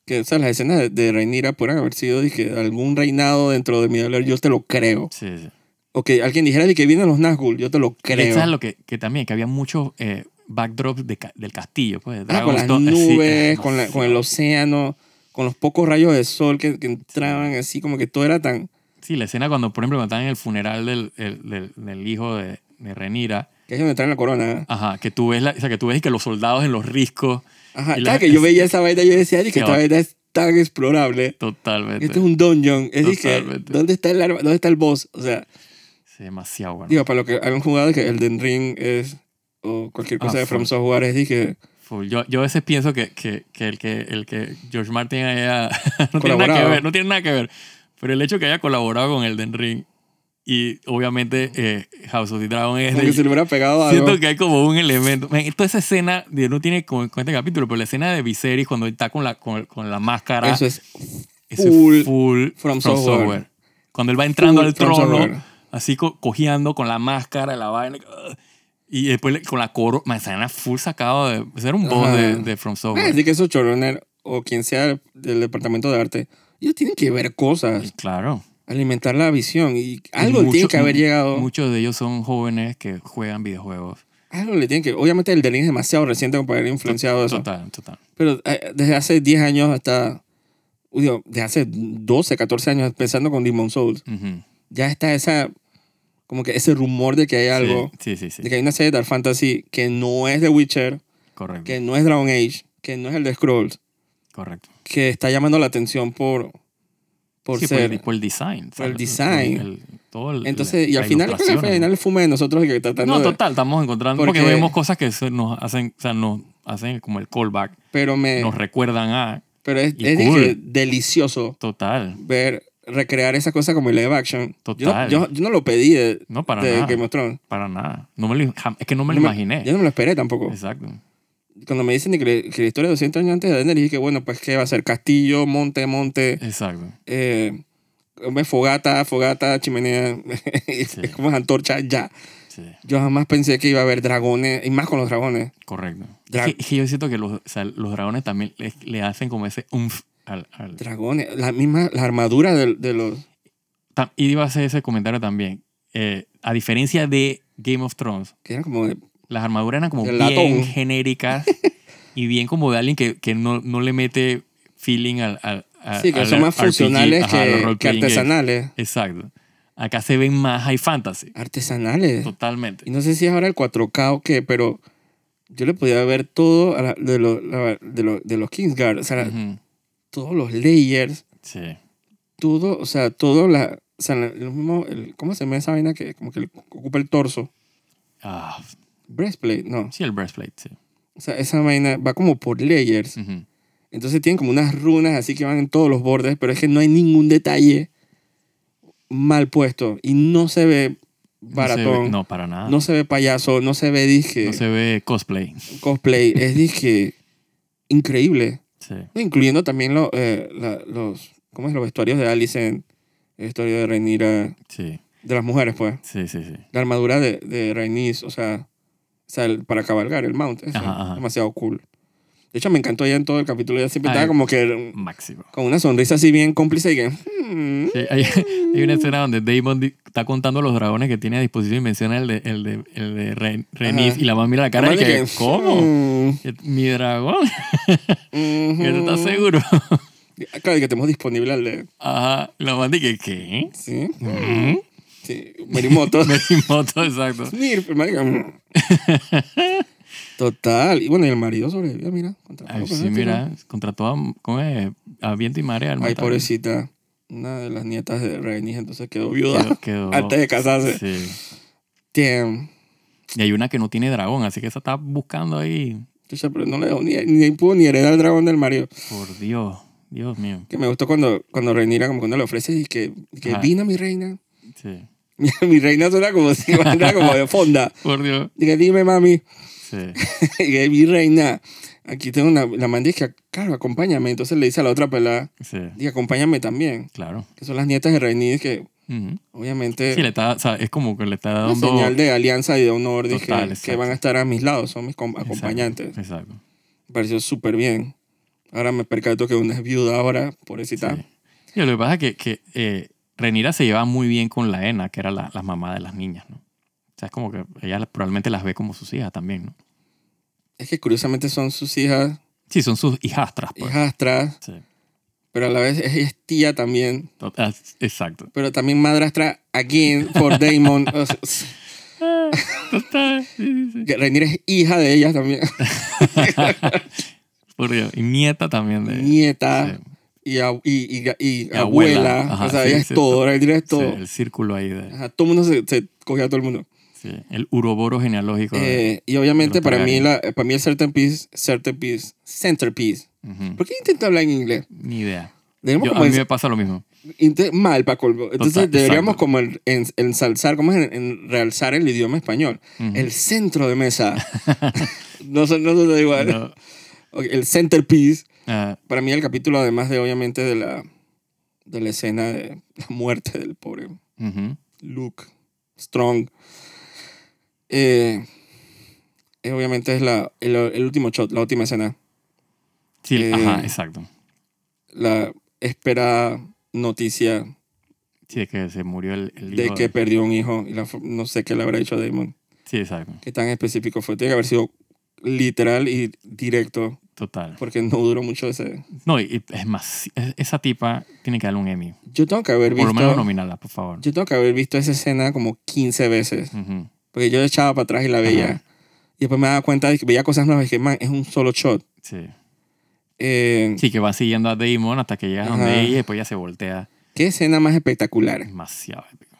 que o sea, las escenas de, de Rhaenyra pudieran haber sido dije, algún reinado dentro de mi dolor, yo te lo creo.
Sí, sí.
O que alguien dijera de que vienen los Nazgûl, yo te lo creo.
Y sabes lo que, que también, que había muchos eh, backdrops de ca- del castillo, pues, de
Ah, con las
Dragonstone, así,
nubes,
ah,
con, la- con el océano, con los pocos rayos de sol que, que entraban así, como que todo era tan...
Sí, la escena cuando, por ejemplo, cuando están en el funeral del, el- del, del hijo de, de Renira,
Que es donde traen la corona.
Ajá, que tú ves, la- o sea, que tú ves que los soldados en los riscos,
Ajá,
Y la-
cada que yo veía esa vaina, yo decía, que
Qué
esta
va-
vaina es tan explorable.
totalmente.
Este es un dungeon. Es dije,
Totalmente.
¿dónde está, el, arma- ¿dónde está el boss? O sea,
Sí, demasiado bueno.
Digo, para lo que han jugado, que Elden Ring es. O cualquier cosa
Ah,
de From
full.
Software es, dije.
Full. Yo, yo a veces pienso que, que, que el que el que George Martin haya (laughs) no tiene nada que
Colaborado.
ver, no tiene nada que ver, pero el hecho que haya colaborado con Elden Ring y obviamente eh, House of the Dragon es
Como
de-
que se le hubiera pegado algo.
siento que hay como un elemento. Man, toda esa escena de- no tiene con, con este capítulo, pero la escena de Viserys cuando está con la con, con la máscara,
Eso es.
Eso es
Full
full
From
from,
Software.
software. Cuando él va entrando
Full
al
From
trono,
Software.
así co- cojeando con la máscara, la vaina. ugh, Y después le- con la coro, manzana full sacado de. ese era un boss
Ajá.
de, de From
Ah,
Software.
así que esos chorones o quien sea del departamento de arte, ellos tienen que ver
Y
cosas,
claro.
alimentar la visión. Y Eh, algo
Y
le tiene
mucho-
que haber llegado.
Muchos de ellos son jóvenes que juegan videojuegos.
Algo le tiene que. Obviamente, Elden Ring es demasiado reciente como para haber influenciado eso.
Total, total.
Pero eh, desde hace 10 años hasta. Digo, desde hace 12, 14 años, empezando con Demon Souls.
Ujú.
ya está esa como que ese rumor de que hay algo,
Sí, sí, sí.
de
sí.
que hay una serie de Dark Fantasy que no es de Witcher,
Correcto.
que no es Dragon Age, que no es el de Scrolls,
Correcto.
que está llamando la atención por, por
Sí,
ser.
el, por el design.
por el
¿sabes?
design.
el- todo el-
Entonces, y
la
al final, (laughs) creo que al
ilustración,
final el fume de nosotros que tratando
No,
de-
total, estamos encontrando. Porque,
Porque-
vemos cosas que se nos hacen, o sea, nos hacen como el callback.
pero me
Nos recuerdan a.
pero es,
y
es de
cool.
que delicioso
Total.
ver recrear esa cosa como el live action. Yo no-
Total.
Yo, yo no lo pedí de,
No, para
de
nada.
Game of Thrones.
Para nada. No me lo- jam- es que no me lo
No me-
imaginé.
Yo no me lo esperé tampoco.
Exacto.
Cuando me dicen que, le- que la historia de 200 años antes de Daenerys, dije, bueno, pues que va a ser castillo, monte, monte,
Exacto.
eh, hombre, fogata, fogata, chimenea, (laughs) y
Sí.
es como las antorchas, ya.
Sí,
Yo jamás pensé que iba a haber dragones, y más con los dragones.
correcto.
Dra-
Es que, es que yo siento que los, o sea, los dragones también le, le hacen como ese umf al. al-
Dragones, la misma, la armadura de, de los...
Tam- y iba a hacer ese comentario también. Eh, a diferencia de Game of Thrones,
que eran como de-
las armaduras eran como
El
bien
latón. (laughs)
genéricas y bien como de alguien que, que no, no le mete feeling al. al a-
sí, que
al
son más
RPG,
funcionales
ajá, los
que, que
role-playing games.
artesanales.
Exacto. Acá se ven más high fantasy.
Artesanales.
Totalmente.
Eh. Y no sé si es ahora el 4K o qué, pero yo le podía ver todo a la- de, los de, los- de los Kingsguard. O sea, la-
Ujú.
todos los layers,
Sí.
todo, o sea, todo la... O sea, la- lo mismo, el- ¿cómo se llama esa vaina que como que le ocupa el torso?
Ah,
Breastplate, no.
sí, el breastplate, sí.
O sea, esa vaina va como por layers.
Ujú.
Entonces tienen como unas runas así que van en todos los bordes, pero es que no hay ningún detalle mal puesto y no se ve baratón.
No, se ve-
No
no, para
se
nada.
ve, payaso, no se ve disque
Ah. No se ve cosplay.
cosplay, es disque increíble.
Sí.
Incluyendo también lo- eh, la- los, ¿cómo es? los vestuarios de Alicent, el vestuario de Rhaenyra,
Sí,
de las mujeres, pues.
sí, sí, sí.
La armadura de, de Rhaenys, o sea, o sea, el- para cabalgar, el mount, eso,
Ajá, ajá.
demasiado cool. De hecho, me encantó ella en todo el capítulo, ella siempre
Ay.
estaba como que
Máximo.
con una sonrisa así bien cómplice y que "Hmm".
Sí, hay, (laughs) hay una escena donde Damon di- está contando los dragones que tiene a disposición y menciona el de, el de, el de Ren- Rhaenys
Ajá.
y la mamá mira la cara y
Además
que,
de que,
¿cómo? Eh,
"Hmm,
Mi dragón, (laughs)
ujú".
¿Qué te
Mm.
estás seguro? (laughs)
Claro, y que tenemos disponible al de...
Ajá, la mamá dice, ¿qué?
Sí,
(laughs) ¿Mm?
sí,
(laughs)
Merimoto.
Morimoto, exacto.
Smurf, el marica, mm. Total. Y bueno, y el marido sobrevivió, mira. contra-
Ay,
contra-
sí, mira, contrató a, ¿cómo es? a viento y marea. el
Ay,
matador.
pobrecita. Una de las nietas de Rhaenys entonces quedó viuda
Quedó-
(laughs)
quedó-
antes de casarse.
Sí.
(laughs) Damn.
Y hay una que no tiene dragón, así que esa está buscando ahí.
Chucha, pero no le dejó ni, ni pudo ni heredar el dragón del marido.
Por Dios, Dios mío.
Que me gustó cuando, cuando Rhaenyra como cuando le ofrece y que, y que
Ajá.
vino mi reina. (laughs)
Sí.
mi reina suena como si (laughs) fuera como de fonda.
Por Dios.
Dije, dime, mami. (laughs)
Sí.
Y que, mi reina. Aquí tengo una... La mandé que, claro, acompáñame. Entonces le dice a la otra pelada,
Sí.
dije, acompáñame también.
Claro.
que son las nietas de Rhaenys, que
Ujú.
obviamente
Sí, le está, o sea, es como que le está
Eh, una
dando.
señal de alianza y de honor, dije,
Total,
que,
exacto.
van a estar a mis lados, son mis com-
Exacto,
acompañantes.
Exacto.
Me pareció súper bien. Ahora me percato que una es viuda ahora, pobrecita.
Sí. Y lo que pasa es que, que eh, Renira se llevaba muy bien con la Ena, que era la, la mamá de las niñas, ¿no? O sea, es como que ella la- probablemente las ve como sus hijas también, ¿no?
Es que curiosamente son sus hijas,
Sí, son sus hijastras, pues.
hijastras,
Sí.
pero a la vez ella es tía también,
Total, exacto.
pero también madrastra again
(laughs)
por Damon. O sea,
Ah, Total. Sí, sí, sí.
que Rhaenyra es hija de ella también,
Por Dios. Y nieta también de.
(laughs) nieta
sí.
y, ab- y, y- y
Y abuela.
abuela.
Ajá,
o sea,
sí,
ella es
sí,
todo,
to-
Rhaenyra es
Sí,
todo.
el círculo ahí de.
Ajá, todo el mundo se, se cogía a todo el mundo.
sí, el uroboro genealógico. de-
Eh, y obviamente
de los
para mí,
Targaryen.
la, eh, para mí el centerpiece, centerpiece, centerpiece.
Ujú.
¿Por qué intento hablar en inglés?
Ni idea.
Deberíamos
Yo- a
como
mí
ens-
me pasa lo mismo.
inte- mal para colmo. Entonces
Total,
deberíamos
exacto.
como en- en- ensalzar, como en, en realzar el idioma español.
Ujú.
El centro de
(laughs)
mesa. no son no son igual.
No,
Ok, el centerpiece.
ah,
Para mí el capítulo, además de obviamente de la, de la escena de la muerte del pobre
ujú.
Luke Strong. Eh, eh, obviamente es la, el, el último shot, la última escena.
Sí,
Eh,
ajá, exacto.
La esperada noticia
Sí, de que se murió el, el
de
hijo
que perdió un hijo. Y la fo- no sé qué le habrá dicho a Damon.
Sí, exacto.
Qué tan específico fue. Tiene que haber sido literal y directo.
Total.
Porque no duró mucho ese.
No, y- y es más, es- esa tipa tiene que darle un Emmy.
Yo tengo que haber
Por lo menos
visto.
nominarla, por favor.
Yo tengo que haber visto esa escena como 15 veces.
Ujú.
Porque yo echaba para atrás y la veía.
Ajá.
Y después me daba cuenta de que veía cosas nuevas y dije, man, es un solo shot.
Sí.
Eh,
Sí, que va siguiendo a Damon hasta que llega
Ajá.
donde ella y después ya se voltea.
¿Qué escena más espectacular?
Demasiado. épico.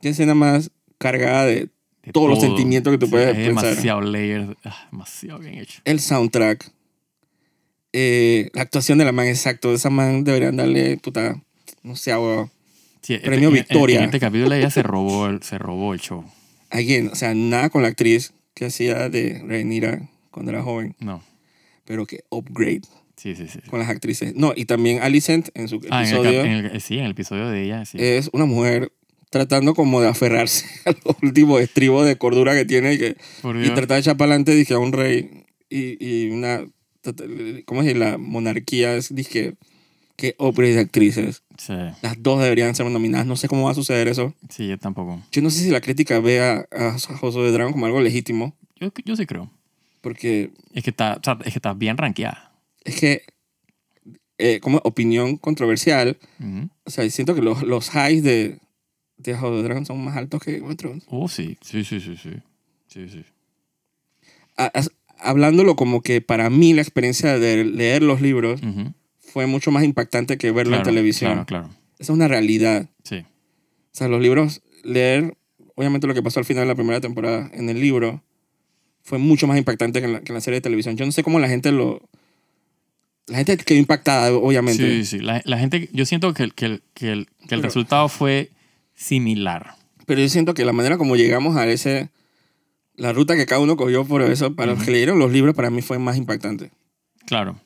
¿Qué escena más cargada de
De
Todos los sentimientos que tú puedes
es
pensar.
demasiado layers. ah, demasiado bien hecho.
el soundtrack? Eh, la actuación de la man, exacto. Esa man deberían darle, puta, no sé, agua.
Sí, este-
Premio
en- en-
Victoria.
En, este capítulo ella se robó el, se robó el show.
Alguien, o sea, nada con la actriz que hacía de Rhaenyra cuando era joven,
No.
pero que upgrade
Sí, sí, sí.
con las actrices. No, y también Alicent en su
Ah, en el,
episodio. Eh,
cap- en el- sí, en el episodio de ella. Sí.
es una mujer tratando como de aferrarse (laughs) a los últimos estribos de cordura que tiene y, que,
Por
y
Dios.
tratar de echar para adelante dije a un rey y, y una ¿cómo es? la monarquía es dije que óperas de actrices
Sí,
las dos deberían ser nominadas no sé cómo va a suceder eso
sí, yo tampoco.
yo no sé si la crítica ve a, a House of the Dragon como algo legítimo
Yo, yo sí creo.
porque
Es que está, o sea, es que está bien rankeada.
es que eh, como opinión controversial
Ujú.
o sea siento que los, los highs de, de House of the Dragon son más altos que Game of Thrones.
Oh, sí. Sí, sí, sí, sí. Sí, sí.
a- as- hablándolo como que para mí la experiencia de leer los libros
Ujú.
fue mucho más impactante que verlo
Claro,
en televisión.
Claro, claro.
Esa es una realidad.
Sí.
O sea, los libros, leer, obviamente lo que pasó al final de la primera temporada en el libro fue mucho más impactante que en la, que en la serie de televisión. Yo no sé cómo la gente lo... La gente quedó impactada, obviamente.
Sí, sí. La, la gente, yo siento que, el- que, el- que el, que el
Pero-
resultado fue similar.
Pero yo siento que la manera como llegamos a ese... La ruta que cada uno cogió por eso, para los que leyeron los libros, para mí fue más impactante.
Claro.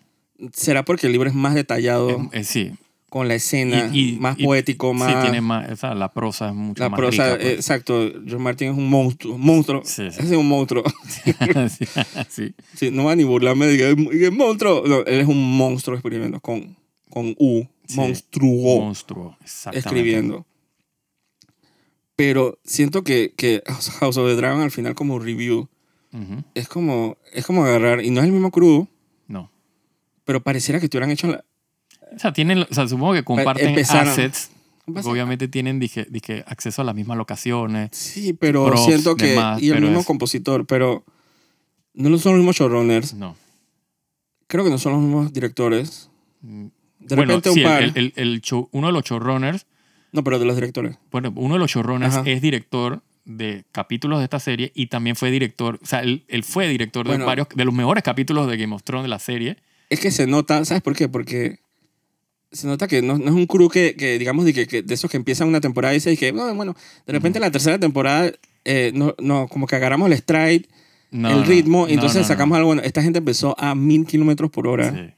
¿Será porque el libro es más detallado?
Eh, eh, sí.
con la escena,
Y- y-
más
y-
poético, más...
Sí, tiene más. O sea, la prosa es mucho
la
más
prosa,
rica. pues.
eh, exacto. John Martin es un monstruo. monstruo.
Sí, sí.
Ese (laughs) es un
(laughs)
monstruo.
(laughs) sí, sí.
Sí, no va ni burlarme de que es que es monstruo. No, él es un monstruo escribiendo con, con U.
Sí.
Monstruo
Monstruo. Exactamente.
escribiendo. Pero siento que, que House of the Dragon al final como review
Ujú.
es como, es como agarrar, y no es el mismo crew,
No.
pero pareciera que estuvieran hecho la...
O sea, tienen, o sea, supongo que comparten
empezaron. Pues
assets. porque Obviamente tienen dije, dije, acceso a las mismas locaciones.
Sí, pero
Props,
siento que...
demás,
y el
pero
mismo
es-
compositor, pero no lo son los mismos showrunners.
No.
creo que no son los mismos directores.
Mm,
De
bueno,
repente
sí,
un par.
el- el- el show- uno de los showrunners,
no, pero de los directores.
bueno, uno de los showrunners
Ajá.
es director de capítulos de esta serie y también fue director, o sea, él, él fue director de
Bueno.
varios de los mejores capítulos de Game of Thrones de la serie.
Es que se nota, ¿sabes por qué? Porque se nota que no, no es un crew que, que digamos, de, que, que de esos que empiezan una temporada y se que, no, bueno, de repente la tercera temporada, eh, no, no, como que agarramos el stride,
No, no,
el ritmo, y
no,
entonces
no, no.
sacamos algo bueno. Esta gente empezó a mil kilómetros por hora.
Sí.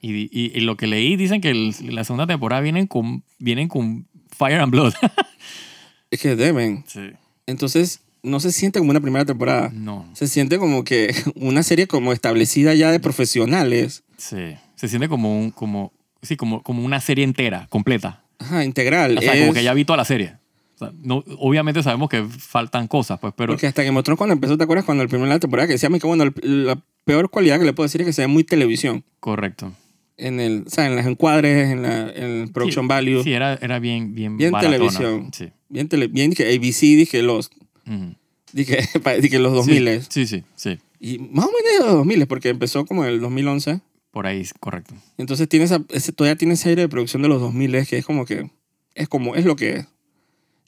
Y, di- y- y lo que leí dicen que el- la segunda temporada vienen con, vienen con Fire and Blood. (laughs)
Es que deben.
sí.
Entonces, no se siente como una primera temporada.
No,
Se siente como que (laughs) una serie como establecida ya de profesionales,
sí. Se siente como un, como, sí, como, como una serie entera, completa.
Ajá, integral.
O sea, como
Es-
que ya vi toda la serie. O sea, no, obviamente sabemos que faltan cosas, pues, pero
Porque hasta que mostró cuando empezó, ¿te acuerdas cuando el primer la temporada que decíamos que bueno, el- la peor cualidad que le puedo decir es que se ve muy televisión.
correcto.
En el, o sea, en los encuadres, en, la, en el production
Sí,
value.
Sí, era, era bien, bien,
Bien
baratona.
televisión.
Sí.
Bien, tele, bien que ABC, dije los,
Ujú.
dije, (laughs) pa- dije los 2000.
Sí, sí, sí.
Y más o menos los 2000, porque empezó como en el 2011.
Por ahí, correcto.
Entonces tiene esa, ese, todavía tiene ese aire de producción de los 2000 que es como que, es como, es lo que es.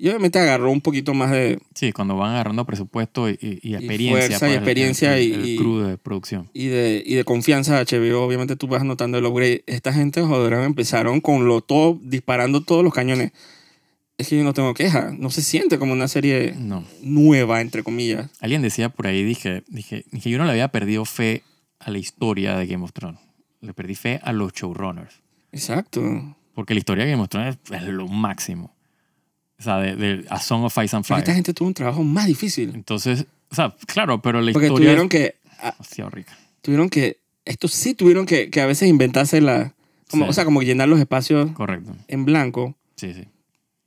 Y obviamente agarró un poquito más de,
Sí, cuando van agarrando presupuesto y, y- y experiencia. pues,
fuerza y
el- el-
experiencia
el-
y-
el
y-
crew de producción.
y de, y de confianza de HBO, obviamente tú vas notando el upgrade. Esta gente, joder, empezaron con lo todo, disparando todos los cañones. Es que yo no tengo queja. No se siente como una serie
No.
nueva, entre comillas.
Alguien decía por ahí, dije, dije, dije, yo no le había perdido fe a la historia de Game of Thrones. Le perdí fe a los showrunners.
Exacto.
Porque la historia que mostró es, es lo máximo. O sea, de, de A Song of Ice and
Porque
Fire.
esta gente tuvo un trabajo más difícil.
Entonces, o sea, claro, pero la
Porque
historia
tuvieron
es
que, a-
demasiado rica.
tuvieron que, estos sí tuvieron que, que a veces inventarse la, como,
Sí.
o sea, como llenar los espacios
Correcto.
en blanco
Sí, sí.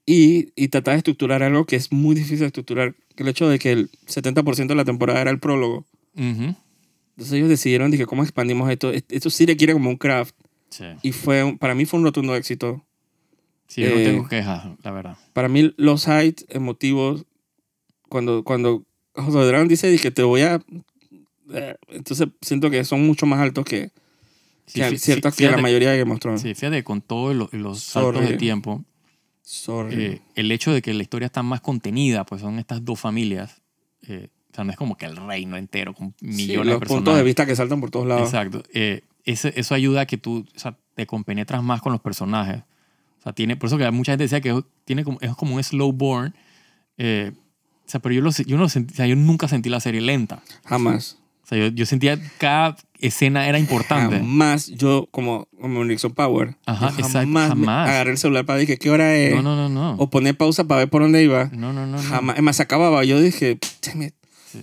y, y tratar de estructurar algo que es muy difícil de estructurar. Que el hecho de que el 70% de la temporada era el prólogo.
Ujú.
Entonces ellos decidieron, dije, ¿cómo expandimos esto? Est- Esto sí requiere como un craft.
Sí,
Y fue, un- para mí fue un rotundo éxito.
Sí, yo no
Eh,
tengo quejas, la verdad.
Para mí los sites emotivos, cuando, cuando José Dragón dice, dije, te voy a... eh, Entonces siento que son mucho más altos que,
Sí,
que
fí-
ciertas
fí-
que la
fíjate-
mayoría de Game of Thrones.
Sí, fíjate, con todos los, los saltos de
Horrible.
tiempo,
Sorry.
eh, el hecho de que la historia está más contenida, pues son estas dos familias. eh, o sea, no es como que el reino entero con
Sí,
millones
los
de
puntos de
personajes.
vista que saltan por todos lados.
Exacto. Eh, ese- eso ayuda a que tú o sea, te compenetras más con los personajes. O sea, tiene, por eso que mucha gente decía que es- tiene como, es como un slow burn. eh, o sea, pero yo, lo se- yo, no lo sentí- o sea, yo nunca sentí la serie lenta.
Jamás.
O sea, yo, yo sentía que cada escena era importante.
Jamás yo, como, como en Nixon Power,
Ajá,
yo
exacto,
jamás, me
jamás.
agarré el celular para dije, ¿qué hora es? (laughs)
No, no, no, no.
O poner pausa para ver por dónde iba.
No, no, no, no.
Jamás. Es más, se acababa. Yo dije, "Damn it".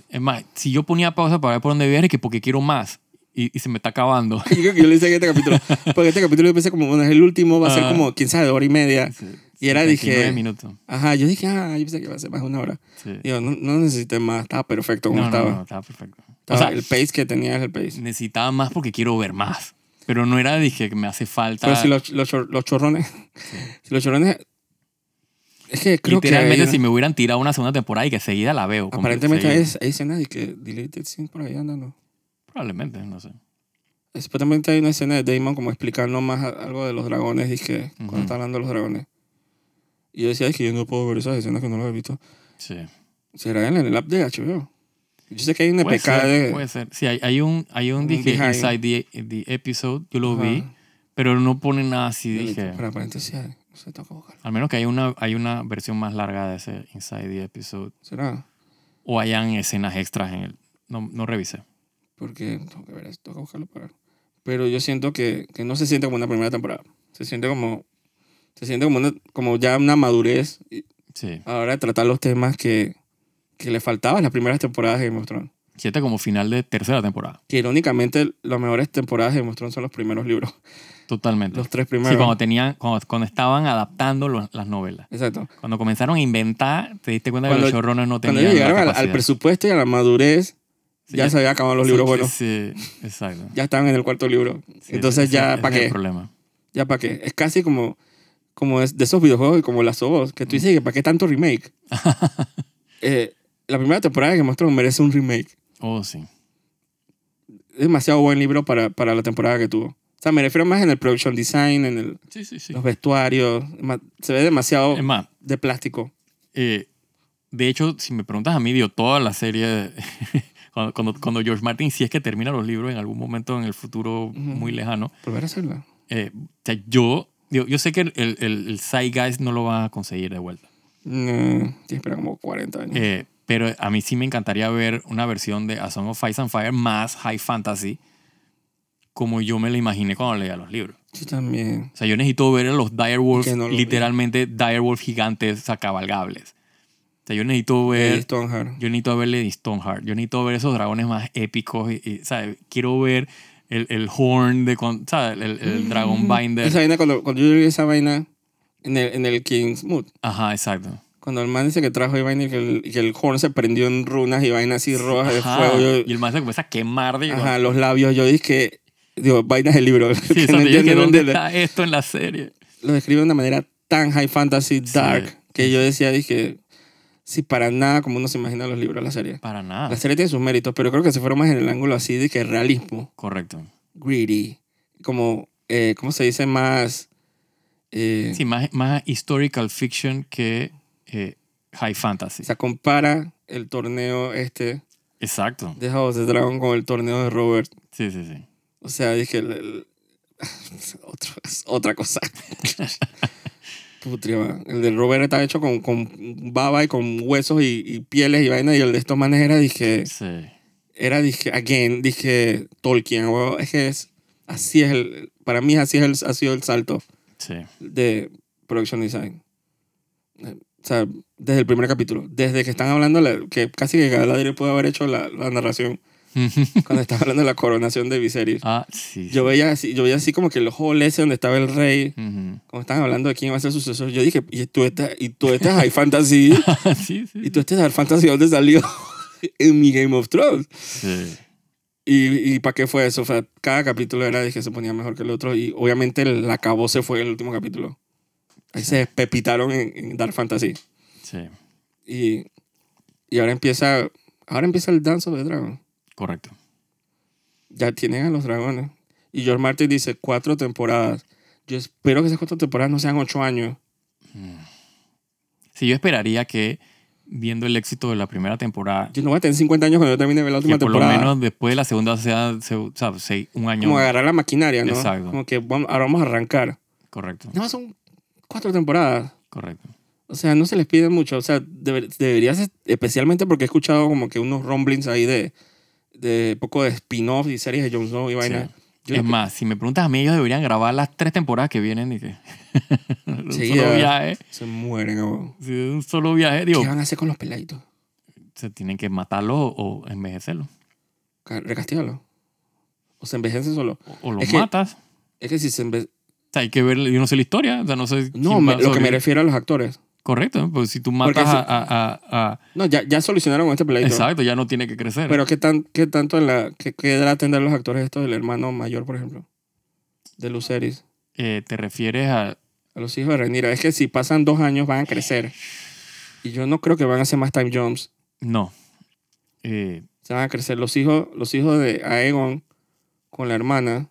Es más, si yo ponía pausa para ver por dónde viene, que porque quiero más y, y se me
(laughs)
está acabando.
(laughs) yo creo que yo le hice en este capítulo. Porque este capítulo yo pensé como, bueno, es el último, va a ser
Ah.
como, quién sabe, hora y media. Y era,
59
dije-
minutos.
Ajá, yo dije, ah, yo pensé que iba a ser más de una hora.
Sí.
Digo, no, no necesité más, estaba perfecto como
No, no,
estaba.
no, estaba perfecto. O
Estaba-
sea,
el pace que tenía es el pace.
necesitaba más porque quiero ver más. Pero no era, dije, que me hace falta.
Pero si los, los, chor- los
(laughs)
chorrones, si los chorrones, es que creo
literalmente,
que...
si me hubieran tirado una segunda temporada y que seguida la veo. como que
Aparentemente hay,
seguida.
hay escenas de que deleted scene por ahí andando.
Probablemente, no sé.
Supuestamente hay una escena de Damon como explicando más a- algo de los dragones, dije,
Ujú.
cuando está hablando de los dragones. Y yo decía, es que yo no puedo ver esas escenas que no las he visto.
Sí.
¿Será en el app de HBO? Yo sé que hay una
Puede
pecada
ser,
de...
puede ser. Sí, hay, hay un, hay un,
Un
dije,
behind.
Inside the, the Episode, yo lo
Ajá.
vi, pero no pone nada así,
Deleted,
dije.
Pero aparentemente sí hay. No sé, tengo que buscarlo.
Al menos que hay una, hay una versión más larga de ese Inside the Episode.
¿Será?
O hayan escenas extras en él. No, no revisé.
Porque tengo que ver esto, tengo que buscarlo para ver. Pero yo siento que, que no se siente como una primera temporada. Se siente como... Se siente como, una- como ya una madurez
Sí.
ahora tratar los temas que, que le faltaban en las primeras temporadas de Game of Thrones.
Siete como final de tercera temporada.
Que irónicamente, las mejores temporadas de Game of Thrones son los primeros libros.
Totalmente.
Los tres
Sí, cuando
primeros.
tenían, cuando, cuando estaban adaptando los- las novelas.
Exacto.
Cuando comenzaron a inventar, te diste cuenta
Cuando-
que los showrunners no
Cuando
tenían
ellos
la
llegaron al, al
capacidad.
presupuesto y a la madurez,
Sí,
ya se habían acabado los
sí,
libros
sí,
buenos.
Sí, exacto.
Ya estaban en el cuarto libro.
Sí,
Entonces,
ese- ese
¿ya
es
para
el
qué?
problema.
¿Ya para qué? Es casi como, como es de esos videojuegos y como las OVOs, que tú dices que para qué tanto
(laughs)
remake. Eh, la primera temporada de Game of Thrones merece un remake.
Oh, sí.
Es demasiado buen libro para, para la temporada que tuvo. O sea, me refiero más en el production design, en el,
Sí, sí, Em sí.
los vestuarios. ma- Se ve demasiado
Es más,
de plástico.
eh, de hecho, si me preguntas a mí, dio toda la serie, (laughs) de- cuando, cuando, cuando George Martin, si es que termina los libros en algún momento en el futuro muy lejano,
Volver a hacerla.
eh, o sea, yo, yo, yo sé que el, el, el side guys no lo va a conseguir de vuelta.
No, que esperar como 40 años.
Eh, pero a mí sí me encantaría ver una versión de A Song of Ice and Fire más High Fantasy, como yo me la imaginé cuando leía los libros.
Yo también.
O sea, yo necesito ver a los Direwolves,
Que no lo vi.
literalmente Direwolves gigantes, o sea, cabalgables. O sea, yo necesito ver,
Eh, Stoneheart.
yo necesito ver Lady Stoneheart, yo necesito ver esos dragones más épicos, y, y, ¿sabes? Quiero ver el, el Horn, de, cuan- ¿sabes? El, el Dragon
Esa
Binder.
vaina, cuando, cuando yo vi esa vaina en el, en el King's Mood,
Ajá, exacto.
cuando el man dice que trajo y vaina y que el, y que el horn se prendió en runas y vainas así rojas de
Ajá.
fuego,
y
yo-
el más se comienza a quemar, digo.
ajá, los labios, yo dije, digo, vainas del libro. (laughs)
(laughs) Sí,
que
exacto,
no
yo dije,
entiende, no
¿dónde
entiende.
está esto en la serie?
Lo describe de una manera tan high fantasy,
Sí.
dark, que yo decía, dije, si para nada como uno se imagina los libros, la serie.
Para nada.
La serie tiene sus méritos, pero creo que se fueron más en el ángulo así de que realismo.
Correcto.
greedy, como, eh, ¿cómo se dice? Más... eh,
Sí, más, más historical fiction que eh, high fantasy.
O sea, compara el torneo este
Exacto.
de House of the Dragon con el torneo de Robert.
Sí, sí, sí.
O sea, dije, el- el- (laughs) es otro- es otra cosa. Putria, man. el de Robert está hecho con, con baba y con huesos y, y pieles y vaina. Y el de estos manes era, dije,
Sí.
era, dije, again, dije, Tolkien, huevón. es que es, así es el, para mí así es el, ha sido el salto.
Sí. (laughs)
de production design. Eh, O sea, desde el primer capítulo. Desde que están hablando, la- que casi que Galadriel pudo haber hecho la, la narración cuando estaba hablando de la coronación de Viserys.
ah, sí.
Yo veía así, yo veía así como que el hall ese donde estaba el rey,
Ujú. (laughs)
cuando estaban hablando de quién iba a ser sucesor. Yo dije, y tú estás, y tú estás High Fantasy,
sí, sí.
(laughs) y tú estás High Fantasy, ¿dónde salió? en mi Game of Thrones.
sí.
¿Y, y para qué fue eso? O sea, cada capítulo era de que se ponía mejor que el otro y obviamente el acabó se fue el último capítulo. Ahí se pepitaron en, en Dark Fantasy.
Sí,
Y, y ahora empieza ahora empieza el Dance of the Dragon.
correcto.
Ya tienen a los dragones. Y George Martin dice cuatro temporadas. Yo espero que esas cuatro temporadas no sean ocho años.
Sí, yo esperaría que viendo el éxito de la primera temporada,
Yo no voy a tener 50 años cuando yo termine de ver la última
que por
temporada.
lo menos después de la segunda sea, se- o sea, se- un año.
como agarrar la maquinaria, ¿no?
Exacto.
Como que vamos, ahora vamos a arrancar.
Correcto,
No, son cuatro temporadas.
correcto.
O sea, no se les pide mucho. O sea, deber- deberías, especialmente porque he escuchado como que unos rumblings ahí de, de poco de spin-off y series de Jon Snow y vaina.
Sí.
Yo
es
creo que-
más, si me preguntas a mí, ellos deberían grabar las tres temporadas que vienen y que... (laughs) un
Sí,
solo
ya.
viaje.
Se mueren, weón.
sí, un solo viaje, digo,
¿Qué van a hacer con los peladitos?
se tienen que matarlo o envejecerlo.
Ca- Recastigarlos. O se envejecen solo.
O, o los
Es que-
matas.
Es que si se enve-
O sea, hay que ver, yo no sé la historia, o sea, no sé...
No,
quién
me- lo que
va a
me
sobrevivir.
refiero a los actores.
Correcto, pues si tú matas
Porque
a,
si-
a- a- a-
No, ya, ya solucionaron con este peladito.
Exacto, ya no tiene que crecer.
Pero ¿qué, tan, qué tanto en la... Qué, qué edad tendrán los actores estos del hermano mayor, por ejemplo? De Luceris.
Eh, te refieres a...
A los hijos de Renira. Es que si pasan dos años van a crecer. Y yo no creo que van a hacer más time jumps.
No. Eh,
Se van a crecer los hijos, los hijos de Aegon con la hermana.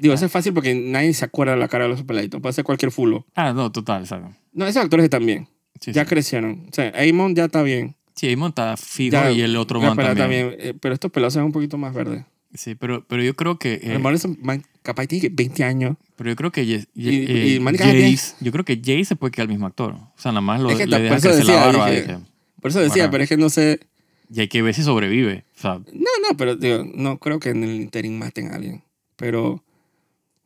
Digo, eso es fácil porque nadie se acuerda de la cara de los peladitos. Puede ser cualquier fulo.
ah, no, total, exacto.
No, esos actores están bien.
Sí,
ya
sí.
crecieron. O sea, Aemon ya está bien.
Sí, Amon está fijo
Ya,
y el otro
La
man
pelada
también.
también. eh, pero estos pelados se ven un poquito más verdes.
Sí, pero, pero yo creo que... eh,
A lo mejor son man- capaz tiene 20 años.
pero yo creo que... Ye- ye-
Y-
eh,
y Mónica
Jace-
Jaques.
yo creo que Jay se puede quedar el mismo actor. O sea, nada más lo,
Es que
le
por
deja
eso
crecer la
decía,
barba.
dije-
dije.
Por eso decía,
Ajá.
pero es que no sé.
Y hay que ver si sobrevive. O sea,
No, no, pero digo, no creo que en el interín maten a alguien. Pero,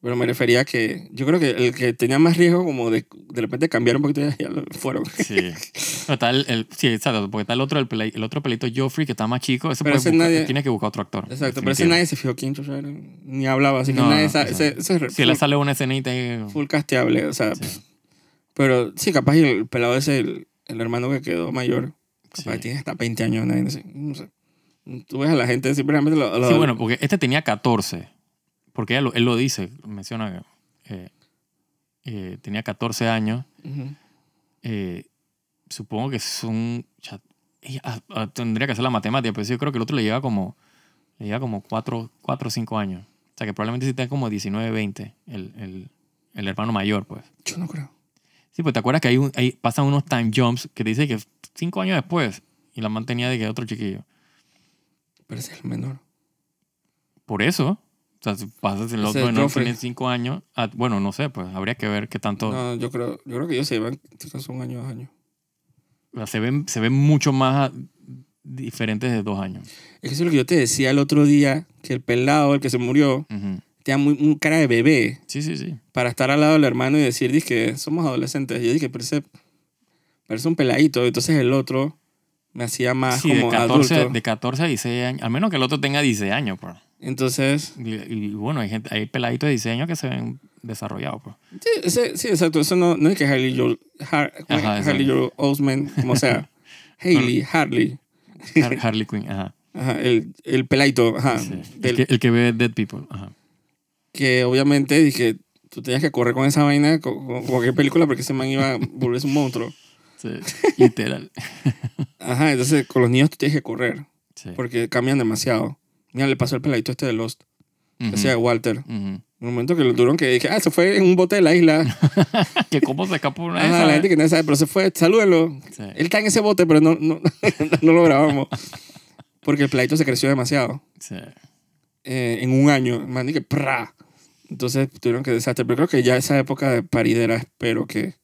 pero me refería a que yo creo que el que tenía más riesgo, como de, de repente cambiaron porque ya, ya lo fueron.
sí.
(laughs)
Pero está el, el- sí, exacto, porque está el otro, el, pela- el otro pelito Joffrey, que está más chico. Ese
Pero
puede
ese
buscar-
nadie-
tiene que buscar otro actor.
Exacto, pero ese
definitivo.
nadie se fijó quién chucha era, ni hablaba, así que
No,
nadie
no,
sabe.
exacto.
Ese, ese es
Si le
full,
sale una escenita... eh,
full casteable, o sea.
Sí.
pff. Pero sí, capaz y el pelado ese, el, el hermano que quedó mayor,
sí.
capaz tiene hasta 20 años, nadie sé, no sé. Tú ves a la gente, simplemente lo, lo-
Sí, bueno, porque este tenía 14. Porque él, lo- él lo dice, menciona que eh, eh, tenía 14 años.
Ujú.
eh, supongo que son. ya- ella- ah, ah, tendría que hacer la matemática, pero sí, yo creo que el otro le lleva como. Le lleva como 4 o 5 años. O sea que probablemente sí tenga como 19, 20. El, el, el hermano mayor, pues.
Yo no creo.
Sí, pues te acuerdas que hay, un- hay- pasan unos time jumps que te dice que 5 años después. Y la mantenía de que otro chiquillo.
Pero ese es el menor.
Por eso. O sea, si pasas el
Ese
otro
es
no
Joffrey.
tiene 5 años. ah, bueno, no sé, pues habría que ver qué tanto.
No, yo creo, yo creo que ellos se llevan quizás un año, dos años.
o sea, se, ven, se ven mucho más ah, diferentes de 2 años.
Es que eso es lo que yo te decía el otro día, que el pelado, el que se murió,
Ujú.
tenía muy, muy cara de bebé
Sí, sí, sí.
para estar al lado del hermano y decir, que somos adolescentes. Y yo dije, pero ese parece un peladito. Entonces el otro me hacía más
Sí, de
Ah, como
14,
adulto.
de 14 a 16 años. Al menos que el otro tenga 16 años, pues.
Entonces,
Y, y bueno, hay, gente, hay peladitos de 16 años que se ven desarrollados, pues.
sí, ese- sí, exacto. Eso no, no es que Harley Joel, Har- ¿cómo es?
Ajá, exacto.
Harley Joel Osman, como
(laughs)
sea, Haley, Harley,
Har- Harley Quinn, ajá.
ajá, el, el peladito, ajá,
sí.
Ah, del-
El, que, el que ve Dead People, ajá.
que obviamente dije, tú tenías que correr con esa vaina, co- co- con cualquier película, porque ese man iba a volverse un monstruo. (laughs)
Sí, literal.
Ajá, entonces con los niños tú tienes que correr,
Sí.
porque cambian demasiado. Mira, le pasó el peladito este de Lost, que
Ujú,
hacía de Walter.
ujú. (laughs)
En un momento que lo tuvieron que dije, ah, se fue en un bote de la isla.
Que cómo se escapó una de
Ajá,
esas,
la gente que no sabe, pero se fue, salúdenlo.
Sí.
Él está en ese bote, pero no, (laughs) no, no lo grabamos. Porque el peladito se creció demasiado.
Sí.
eh, en un año, man, y que ¡prra! Entonces tuvieron que desastre. Pero creo que ya esa época de paridera espero que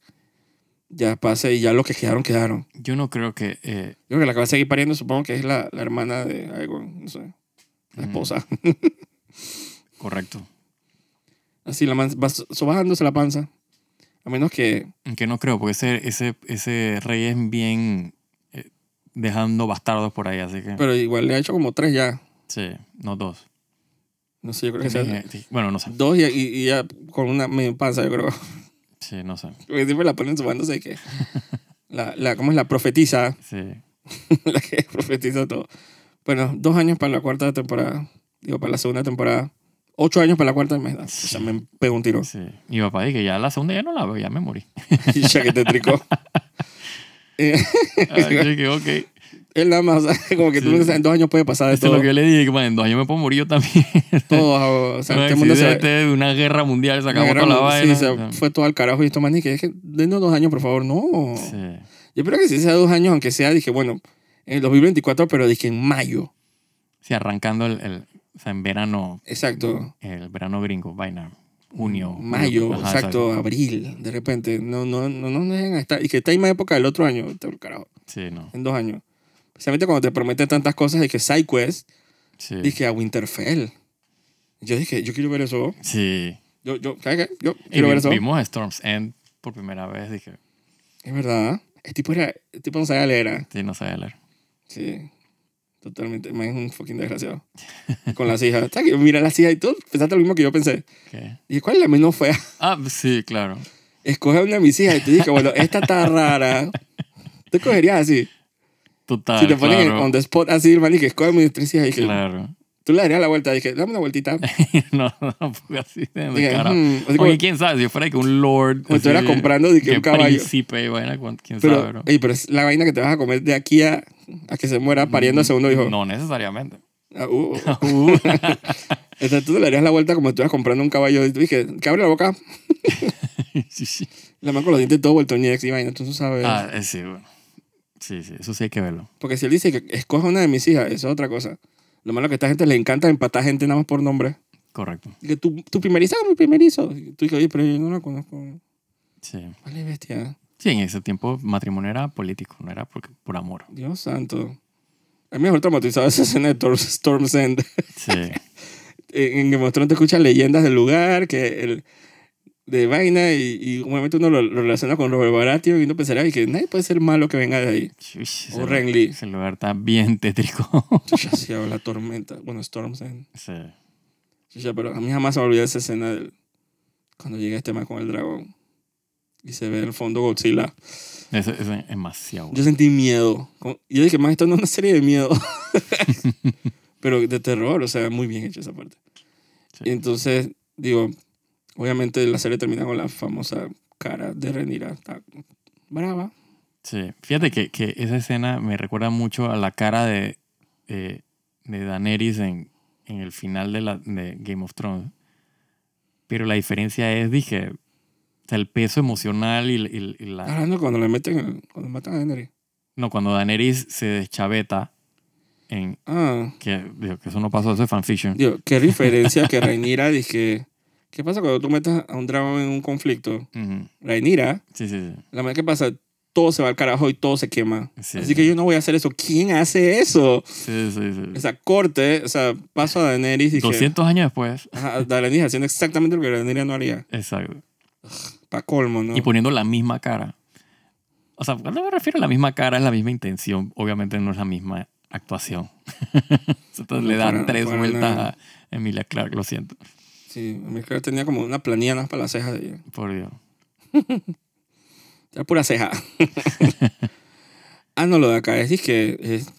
ya pase y ya los que quedaron, quedaron.
Yo no creo que... eh,
Yo creo que la que va a seguir pariendo supongo que es la, la hermana de Aegon, no sé, la esposa.
correcto.
Así la man va so- sobajándose la panza. A menos que...
Que no creo, porque ese, ese, ese rey es bien eh, dejando bastardos por ahí, así que...
Pero igual le ha hecho como tres ya.
sí, no dos.
No sé, yo creo que sea
Dije- dije- bueno, no sé.
dos y, y- y ya con una medio panza, yo creo.
Sí, no sé.
Porque siempre la ponen sobándose y que... La, la, ¿Cómo es? La profetiza. (laughs)
Sí.
la que profetiza todo. Bueno, dos años para la cuarta temporada. Digo, para la segunda temporada. Ocho años para la cuarta. Me, o sea, me pegó un tiro. (laughs)
Sí. Mi papá dice que ya la segunda ya no la veo, ya me morí.
Y ya que te tricó. (laughs) Eh, (laughs)
Ah, yo dije, ok.
él nada más, (laughs) o sea, como que tú
Sí.
no sabes, en dos años puede pasar de
Esto es
Ah, todo.
lo que yo le dije, que man, en dos años me puedo morir yo también.
todo, (laughs) o
(laughs)
sea,
Un
este mundo se,
accidente, una guerra mundial, se
Una
acabó
guerra
toda la
mundial, sí,
vaina.
se fue todo al carajo y esto, man, y que es que denos dos años, por favor. No.
Sí.
Yo espero que si sea dos años, aunque sea, dije, bueno, en el 2024, pero dije en mayo.
Sí, arrancando el, el- o sea, en verano,
Exacto.
el verano gringo, vaina, junio. julio.
Mayo,
Ajá,
exacto, abril, de repente. No, no, no no nos dejen estar. Y que está en misma época del otro año, vete al carajo,
Sí, no.
en dos años. Especialmente cuando te prometen tantas cosas y que SideQuest,
Sí.
dije a Winterfell. Yo dije, yo quiero ver eso.
sí.
Yo, yo, ¿sabes qué? Yo
Y
quiero ver
vi-
eso.
vimos Storm's End por primera vez, dije,
Es verdad. El tipo, era, el tipo no sabía leer. era.
sí, no sabía leer.
Sí. Totalmente. Man, es un fucking
(laughs)
desgraciado. Con las hijas. ¿Sabes qué? Mira las hijas y tú pensaste lo mismo que yo pensé.
¿Qué?
Dije, ¿cuál es la menos fea? (laughs)
Ah, sí, claro.
Escoge una de mis hijas. Y tú dije, bueno, esta está rara. Tú cogerías así.
Total,
si te ponen en-
Ah, claro.
on the spot así, man, y que escoge mis tres hijas. Dije,
Claro. (laughs)
tú le darías la vuelta. Dije, dame una vueltita.
no, no, porque así de
Dije,
cara.
hmm, así como-
Oye, quién sabe, si fuera que un lord.
Como estuviera
así,
comprando, dije, un caballo.
príncipe, vaina, cuan- quién
pero,
sabe, bro.
ey, pero es la vaina que te vas a comer de aquí a, a que se muera pariendo al segundo hijo.
Mm, No necesariamente.
Ah, uh, (laughs) uh.
Uh,
(laughs) Entonces tú le darías la vuelta como si estuvieras comprando un caballo. Y tú dije, que abre la boca.
sí, sí.
La mano con los dientes todo vuelto ñex y vaina. Tú no sabes.
(laughs) Ah, eh, sí, bueno. Sí, sí, eso sí hay que verlo.
Porque si él dice que escoja una de mis hijas, eso es otra cosa. Lo malo que a esta gente le encanta empatar gente nada más por nombre.
Correcto.
Y Que tú, tú primeriza o mi primerizo. Y tú dices, oye, pero yo no la conozco.
Sí.
Vale, bestia.
Sí, en ese tiempo matrimonio era político, no era por, por amor.
Dios santo. A mí mejor traumatizado (laughs) esa escena de Tor- Storm's End.
Sí.
en en Game of Thrones te escuchas leyendas del lugar, que el, de vaina, y, y obviamente uno lo, lo relaciona con Robert Baratheon y uno pensaría "Ay, que nadie puede ser malo que venga de ahí.
Uy, ese
O
lu-
Renly.
Ese lugar está bien tétrico. (laughs)
Chucha, sí, la tormenta. Bueno, Storm's End.
sí.
Chucha, pero a mí jamás se me olvidó esa escena del- cuando llega este man con el dragón y se ve en el fondo Godzilla.
Eso, eso es demasiado.
Yo sentí miedo. Como- Yo dije, man, esto no es una serie de miedo. (laughs) pero de terror, o sea, muy bien hecha esa parte.
Sí.
Y entonces, digo, obviamente la serie termina con la famosa cara de Renira. Está brava.
Sí. Fíjate que, que esa escena me recuerda mucho a la cara de, eh, de Daenerys en, en el final de, la, de Game of Thrones. Pero la diferencia es, dije, o sea, el peso emocional y, la- y- y la...
Estás hablando cuando le meten, el- cuando matan a Daenerys.
No, cuando Daenerys se deschaveta en...
Ah,
Que, digo, que eso no pasó, eso es fanfiction.
digo, qué referencia que Renira (laughs) dije. ¿Qué pasa cuando tú metas a un dragón en un conflicto?
Ujú.
Rhaenyra,
Sí, sí, sí.
la manera que pasa, todo se va al carajo y todo se quema.
Sí.
Así que yo no voy a hacer eso. ¿Quién hace eso?
Sí, sí, sí.
O sea, corte, o sea, paso a Daenerys y que...
200 años después.
Ajá, Daenerys haciendo exactamente lo que Daenerys no haría.
Exacto.
Pa' colmo, ¿no?
Y poniendo la misma cara. O sea, cuando me refiero a la misma cara, es la misma intención. Obviamente no es la misma actuación. (laughs) Entonces le dan
Para-
tres
para
vueltas
nada.
a Emilia Clark, lo siento.
Sí, mi cara tenía como una planilla nada más para las cejas de ella.
Por Dios.
Era pura
(laughs)
ceja. ah, no, lo de acá es que... es,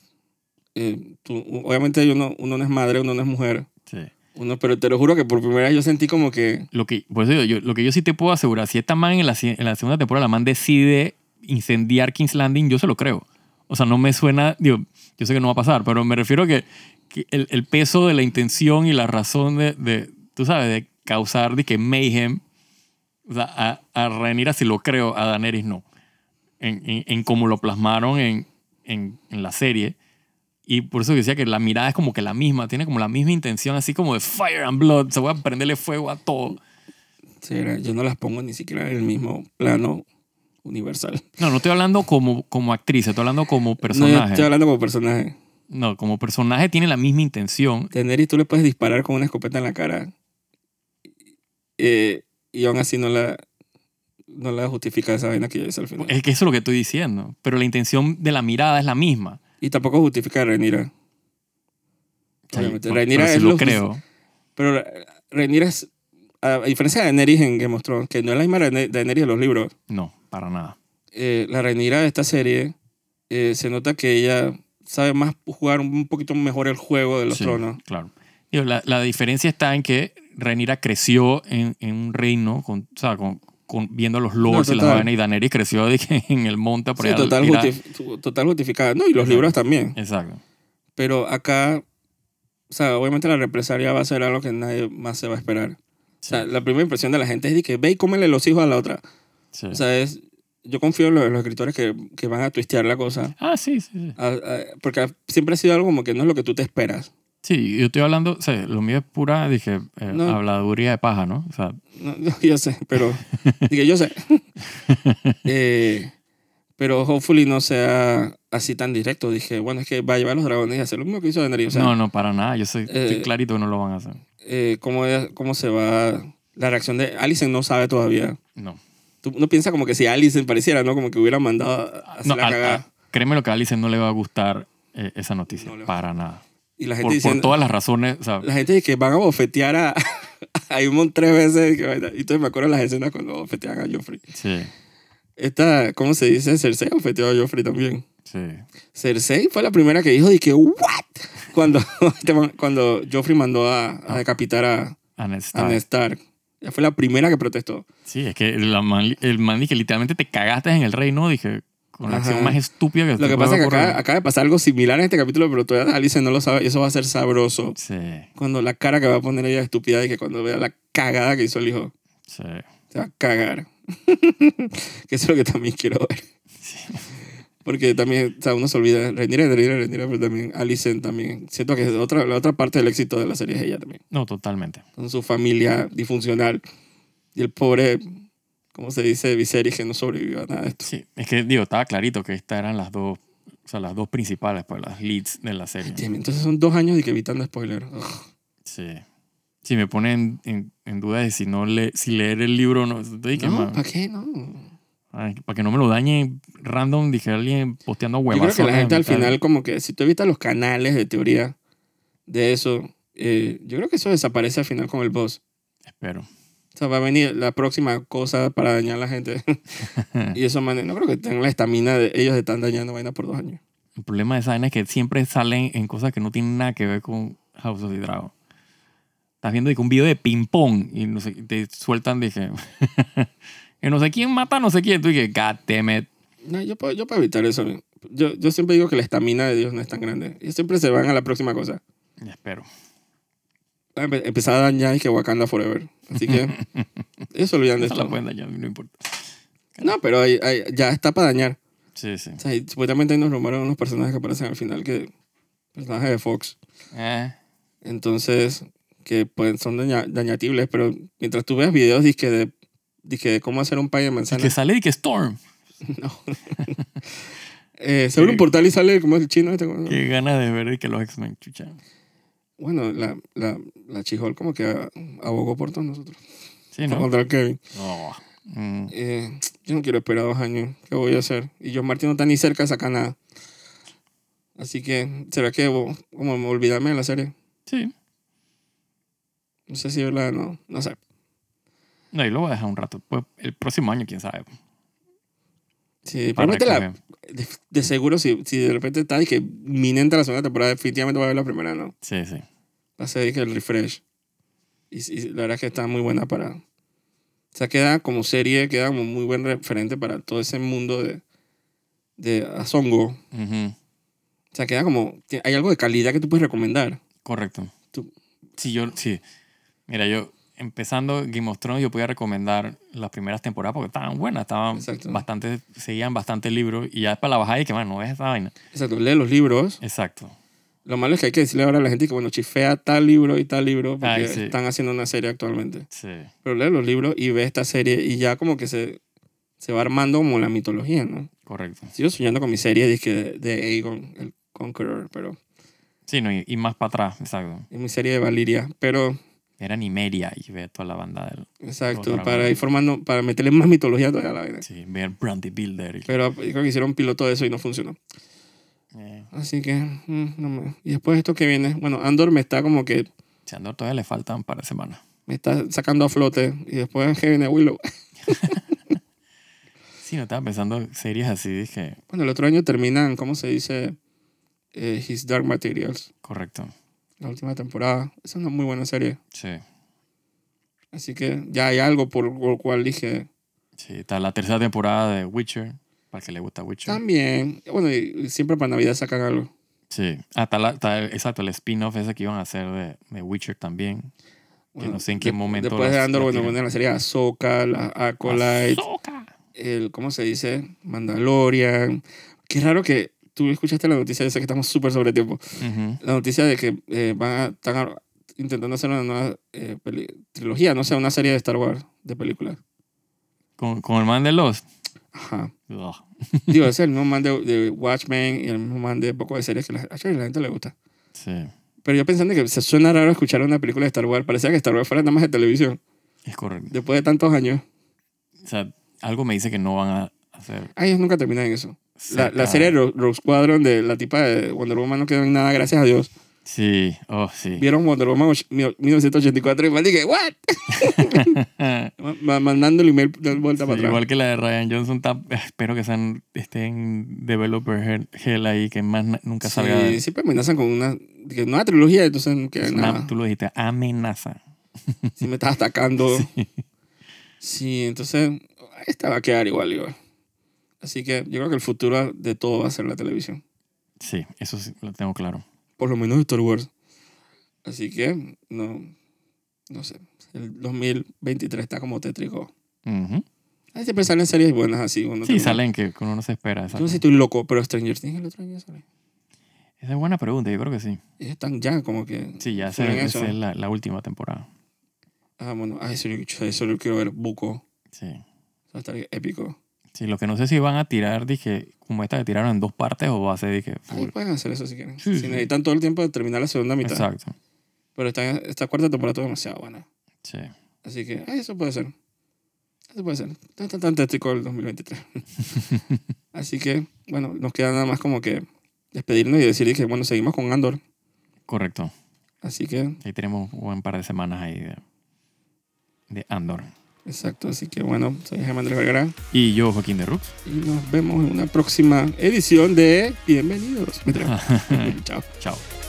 eh, tú- obviamente uno, uno no es madre, uno no es mujer.
Sí.
Uno, pero te lo juro que por primera vez yo sentí como que...
Lo que, por eso digo, yo, lo que yo sí te puedo asegurar, si esta man en la, si- en la segunda temporada, la man decide incendiar King's Landing, yo se lo creo. O sea, no me suena, digo, yo sé que no va a pasar, pero me refiero a que, que el, el peso de la intención y la razón de, de, tú sabes, de causar de que mayhem, o sea, a, a Rhaenyra sí lo creo, a Daenerys no. En, en, en cómo lo plasmaron en, en, en la serie. Y por eso decía que la mirada es como que la misma, tiene como la misma intención, así como de fire and blood, se voy a prenderle fuego a todo.
será, yo no las pongo ni siquiera en el mismo plano universal.
No, no estoy hablando como, como actriz, estoy hablando como
No, yo
personaje.
estoy
No,
hablando como personaje.
como personaje tiene la misma intención.
Daenerys, tú le puedes disparar con una escopeta en la cara eh, y aún así no la, no la justifica esa vaina que yo hice al final.
Es que eso es lo que estoy diciendo. Pero la intención de la mirada es la misma.
Y tampoco justifica a Rhaenyra.
O sea,
Obviamente,
pero-
Rhaenyra
pero sí
es
lo
lo-
creo.
Pero Ra- Rhaenyra es, a a diferencia de Daenerys en Game of Thrones, que no es la misma Rhaene- Daenerys de los libros,
No, para nada.
eh, la Rhaenyra de esta serie eh, se nota que ella sabe más jugar un poquito mejor el juego de los
Sí,
tronos.
Claro. Digo, la, la diferencia está en que Rhaenyra creció en, en un reino, con, o sea, con, con- viendo los lords
No,
y las
total.
vainas, y Daenerys creció de que en el monte por
Sí,
allá al-
total,
era-
justi- total justificada. No, y los
Exacto.
libros también.
Exacto.
Pero acá, o sea, obviamente la represalia va a ser algo que nadie más se va a esperar. O sea, la primera impresión de la gente es de que ve y cómele los hijos a la otra.
Sí.
O sea, es, yo confío en los, en los escritores que, que van a twistear la cosa.
ah, sí, sí, sí.
A- a- porque siempre ha sido algo como que no es lo que tú te esperas.
Sí, yo estoy hablando, o sea, lo mío es pura, dije, eh,
No.
habladuría de paja, ¿no? O sea,
No, (laughs) no, yo sé,
(laughs)
pero. dije, yo sé. (laughs) Eh, pero hopefully no sea así tan directo. Dije, bueno, es que va a llevar a los dragones y hacer lo mismo que hizo Daenerys. O sea,
no, no, para nada. Yo sé,
eh,
estoy clarito que no lo van a hacer.
eh, ¿cómo, es- ¿cómo se va la reacción de. Alicent no sabe todavía.
No.
Tú no piensas como que si Alicent pareciera, ¿no? Como que hubiera mandado a hacer
No,
la
al-
cagada.
a- créeme lo que a Alice no le va a gustar eh, esa noticia.
No le va-
para nada.
y la
Por,
gente
por
diciendo.
todas las razones, o sea,
La gente dice que van a bofetear a, (laughs) a Aemon tres veces. que vaina. Y entonces me acuerdo las escenas cuando bofetean a Joffrey.
sí,
Esta, ¿cómo se dice? Cersei bofeteó a Joffrey también.
sí.
Cersei fue la primera que dijo, dije, ¿what? Cuando, (laughs) este man- cuando Joffrey mandó a,
Ah.
a decapitar a,
Anne Stark.
a Ned Stark. Ella fue la primera que protestó.
Sí, es que la man- el man que literalmente te cagaste en el reino, dije, con la
Ajá.
acción más estúpida que
Lo que
te
pasa es
puede
que acá,
ocurrir.
acaba de pasar algo similar en este capítulo, pero todavía Alice no lo sabe. Y eso va a ser sabroso.
Sí,
Cuando la cara que va a poner ella de estúpida y que cuando vea la cagada que hizo el hijo,
sí.
se va a cagar. (laughs) que eso es lo que también quiero ver. Porque también, o sea, uno se olvida, rendir, rendir, rendir, pero también Alicent también. Siento que es otra, la otra parte del éxito de la serie es ella también.
No, totalmente.
con su familia disfuncional. Y el pobre, ¿cómo se dice? Viserys, que no sobrevivió a nada de esto.
Sí, es que, digo, estaba clarito que estas eran las dos, o sea, las dos principales, pues, las leads de la serie.
Damn, Entonces son dos años de que evitando spoilers. Ugh.
Sí. Sí, me pone en, en- en duda de si, no le, si leer el libro o no. Estoy que,
No,
man,
¿para qué? No.
ay, para que no me lo dañe random, dije alguien posteando
Yo creo
huevas.
que la gente al final, como que si tú evitas los canales de teoría de eso, eh, yo creo que eso desaparece al final con el boss.
Espero.
O sea, va a venir la próxima cosa para dañar a la gente. y eso, man, no creo que tengan la estamina de ellos de están dañando vaina por dos años.
El problema de esa vaina es que siempre salen en cosas que no tienen nada que ver con House of the Dragon. Estás viendo de que un video de ping-pong y no sé, te sueltan, dije. (laughs) que no sé quién mata, a no sé quién. Tú dije, God damn it.
No, yo, puedo- yo para evitar eso, yo, yo siempre digo que la estamina de Dios no es tan grande. Ellos siempre se van a la próxima cosa.
Espero.
Empe- empezar a dañar y que Wakanda Forever. Así que eso olvidan de
Esa la
esto.
pueden dañar, (laughs) no importa.
No, pero hay- hay- ya está para dañar.
Sí, sí.
O sea, y supuestamente nos nombraron unos personajes que aparecen al final que personajes de Fox.
Eh,
Entonces, que pueden, son daña- dañatibles, pero mientras tú veas videos disque de, disque de cómo hacer un pay de
y
manzana,
que sale y que Storm.
no. Eh, se abre un portal y sale como el chino. Este, como-
Qué ganas de ver que los X-Men, chucha.
bueno, la, la, la Chihol como que a- abogó por todos nosotros.
Sí,
Por
¿no?
Contra el Kevin.
Oh. Mm.
Eh, yo no quiero esperar dos años. ¿Qué voy a hacer? Y yo, Martín, no está ni cerca de sacar nada. Así que, ¿será que debo como olvidarme de la serie?
Sí.
No sé si verla, no, no sé.
No, y lo voy a dejar un rato. Pues el próximo año, quién sabe.
Sí,
Para
probablemente la-
recoger.
de, de seguro, si, si de repente está y que inminente la segunda temporada, definitivamente voy a ver la primera, ¿no?
Sí, sí.
Va a ser y que el refresh. Y, sí, la verdad es que está muy buena para... O sea, queda como serie, queda como muy buen referente para todo ese mundo de, de Azongo. O
Ujú.
sea, queda como... Hay algo de calidad que tú puedes recomendar.
Correcto.
Tú-
Sí, yo, sí. Mira, yo, empezando Game of Thrones, yo podía recomendar las primeras temporadas porque estaban buenas, estaban
Exacto.
bastante, seguían bastante libros y ya para la bajada y que, bueno, no es esa vaina.
Exacto, lee los libros.
Exacto.
Lo malo es que hay que decirle ahora a la gente que, bueno, chifea tal libro y tal libro porque
Ay, sí.
están haciendo una serie actualmente.
Sí.
Pero lee los libros y ve esta serie y ya como que se, se va armando como la mitología, ¿no?
Correcto.
Sigo soñando con mi serie dizque, de, de Aegon, el Conqueror, pero
Sí, no, y, y más para atrás, exacto.
es mi serie de Valiria. Pero,
Era Nimeria y ver toda la banda del...
exacto,
Otra
para
más.
ir formando, para meterle más mitología todavía a la vaina.
Sí, ver Brandy Builder. y-
Pero yo creo que hicieron un piloto de eso y no funcionó.
eh,
Así que, mm, no me- y después esto que viene, bueno, Andor me está como que,
si a Andor todavía le faltan para semanas.
me está sacando a flote y después (laughs) que viene Willow.
Sí, no estaba pensando series así, dije...
Bueno, el otro año terminan, ¿cómo se dice? eh, His Dark Materials,
Correcto.
la última temporada. Es una muy buena serie.
Sí.
Así que ya hay algo por lo cual dije.
Sí, está la tercera temporada de Witcher, para el que le gusta Witcher.
También, bueno, y- y siempre para Navidad sacan algo.
Sí, hasta la, está el- exacto, el spin-off ese que iban a hacer de, de Witcher también.
Bueno,
no sé en qué
de-
momento
Después de
las-
Andor,
las
bueno,
tiran.
bueno, la serie Ahsoka, la Acolyte,
¡Ahsoka!
el, ¿cómo se dice? Mandalorian. Qué raro que tú escuchaste la noticia, yo sé que estamos súper sobre tiempo.
Ujú.
La noticia de que eh, van a, están a- intentando hacer una nueva eh, peli- trilogía, no sé, una serie de Star Wars, de películas.
Con, con el man de los.
Ajá.
Ugh.
Digo, es el mismo man de, de Watchmen y el mismo man de poco de series que la, a la gente le gusta.
Sí,
Pero yo pensando que se suena raro escuchar una película de Star Wars. Parecía que Star Wars fuera nada más de televisión.
es correcto.
Después de tantos años.
O sea, algo me dice que no van a hacer.
Ay, ellos nunca terminan en eso. La, la
cerca-
serie de Ro- Rogue Squadron de la tipa de Wonder Woman no quedó en nada, gracias a Dios.
Sí, oh, sí.
Vieron Wonder Woman och- mil- 1984 y me dije, ¿what?
(laughs)
Ma- ma- Mandando el email de vuelta para
Sí,
atrás.
igual que la de Ryan Johnson, está- (laughs) espero que sean, estén developer hell, hell ahí, que más na- nunca salga de
Sí, siempre amenazan con una, que nueva trilogía, entonces no queda
Es una-
nada.
tú lo dijiste, amenaza.
Si me estás
(laughs)
atacando. Sí, entonces esta va a quedar igual, igual. Así que yo creo que el futuro de todo va a ser la televisión.
Sí, eso sí, lo tengo claro.
Por lo menos de Star Wars. Así que no, no sé. El 2023 está como tétrico.
Ujú.
Ahí siempre salen series buenas así. uno
sí,
tiene-
salen que que uno no se espera.
Yo
exacto.
no sé si estoy loco, pero Stranger Things el otro año sale.
Esa es buena pregunta, yo creo que sí.
Ellos están ya como que...
Sí, ya
full en
sé,
eso.
esa es la, la última temporada.
Ah, bueno. Ah, eso, yo- eso lo quiero ver. Buco.
Sí.
Eso va a estar épico.
Sí, lo que no sé si van a tirar, dije, como esta que tiraron en dos partes o va a ser, dije,
Ahí
full.
pueden hacer eso si quieren.
Sí,
si
sí.
necesitan todo el tiempo de terminar la segunda mitad.
Exacto.
Pero esta, esta cuarta temporada estuvo demasiado buena.
Sí.
Así que ah, eso puede ser. Eso puede ser. Tan, tan, tan tétrico el 2023. Así que, bueno, nos queda nada más como que despedirnos y decir que, bueno, seguimos con Andor.
Correcto.
Así que,
Ahí tenemos un buen par de semanas ahí de, de Andor.
exacto. Así que, bueno, soy Germán Andrés Vergara
Y yo, Joaquín de Rux.
y nos vemos en una próxima edición de Bienvenidos. Me atrevo. Chao.
Chao.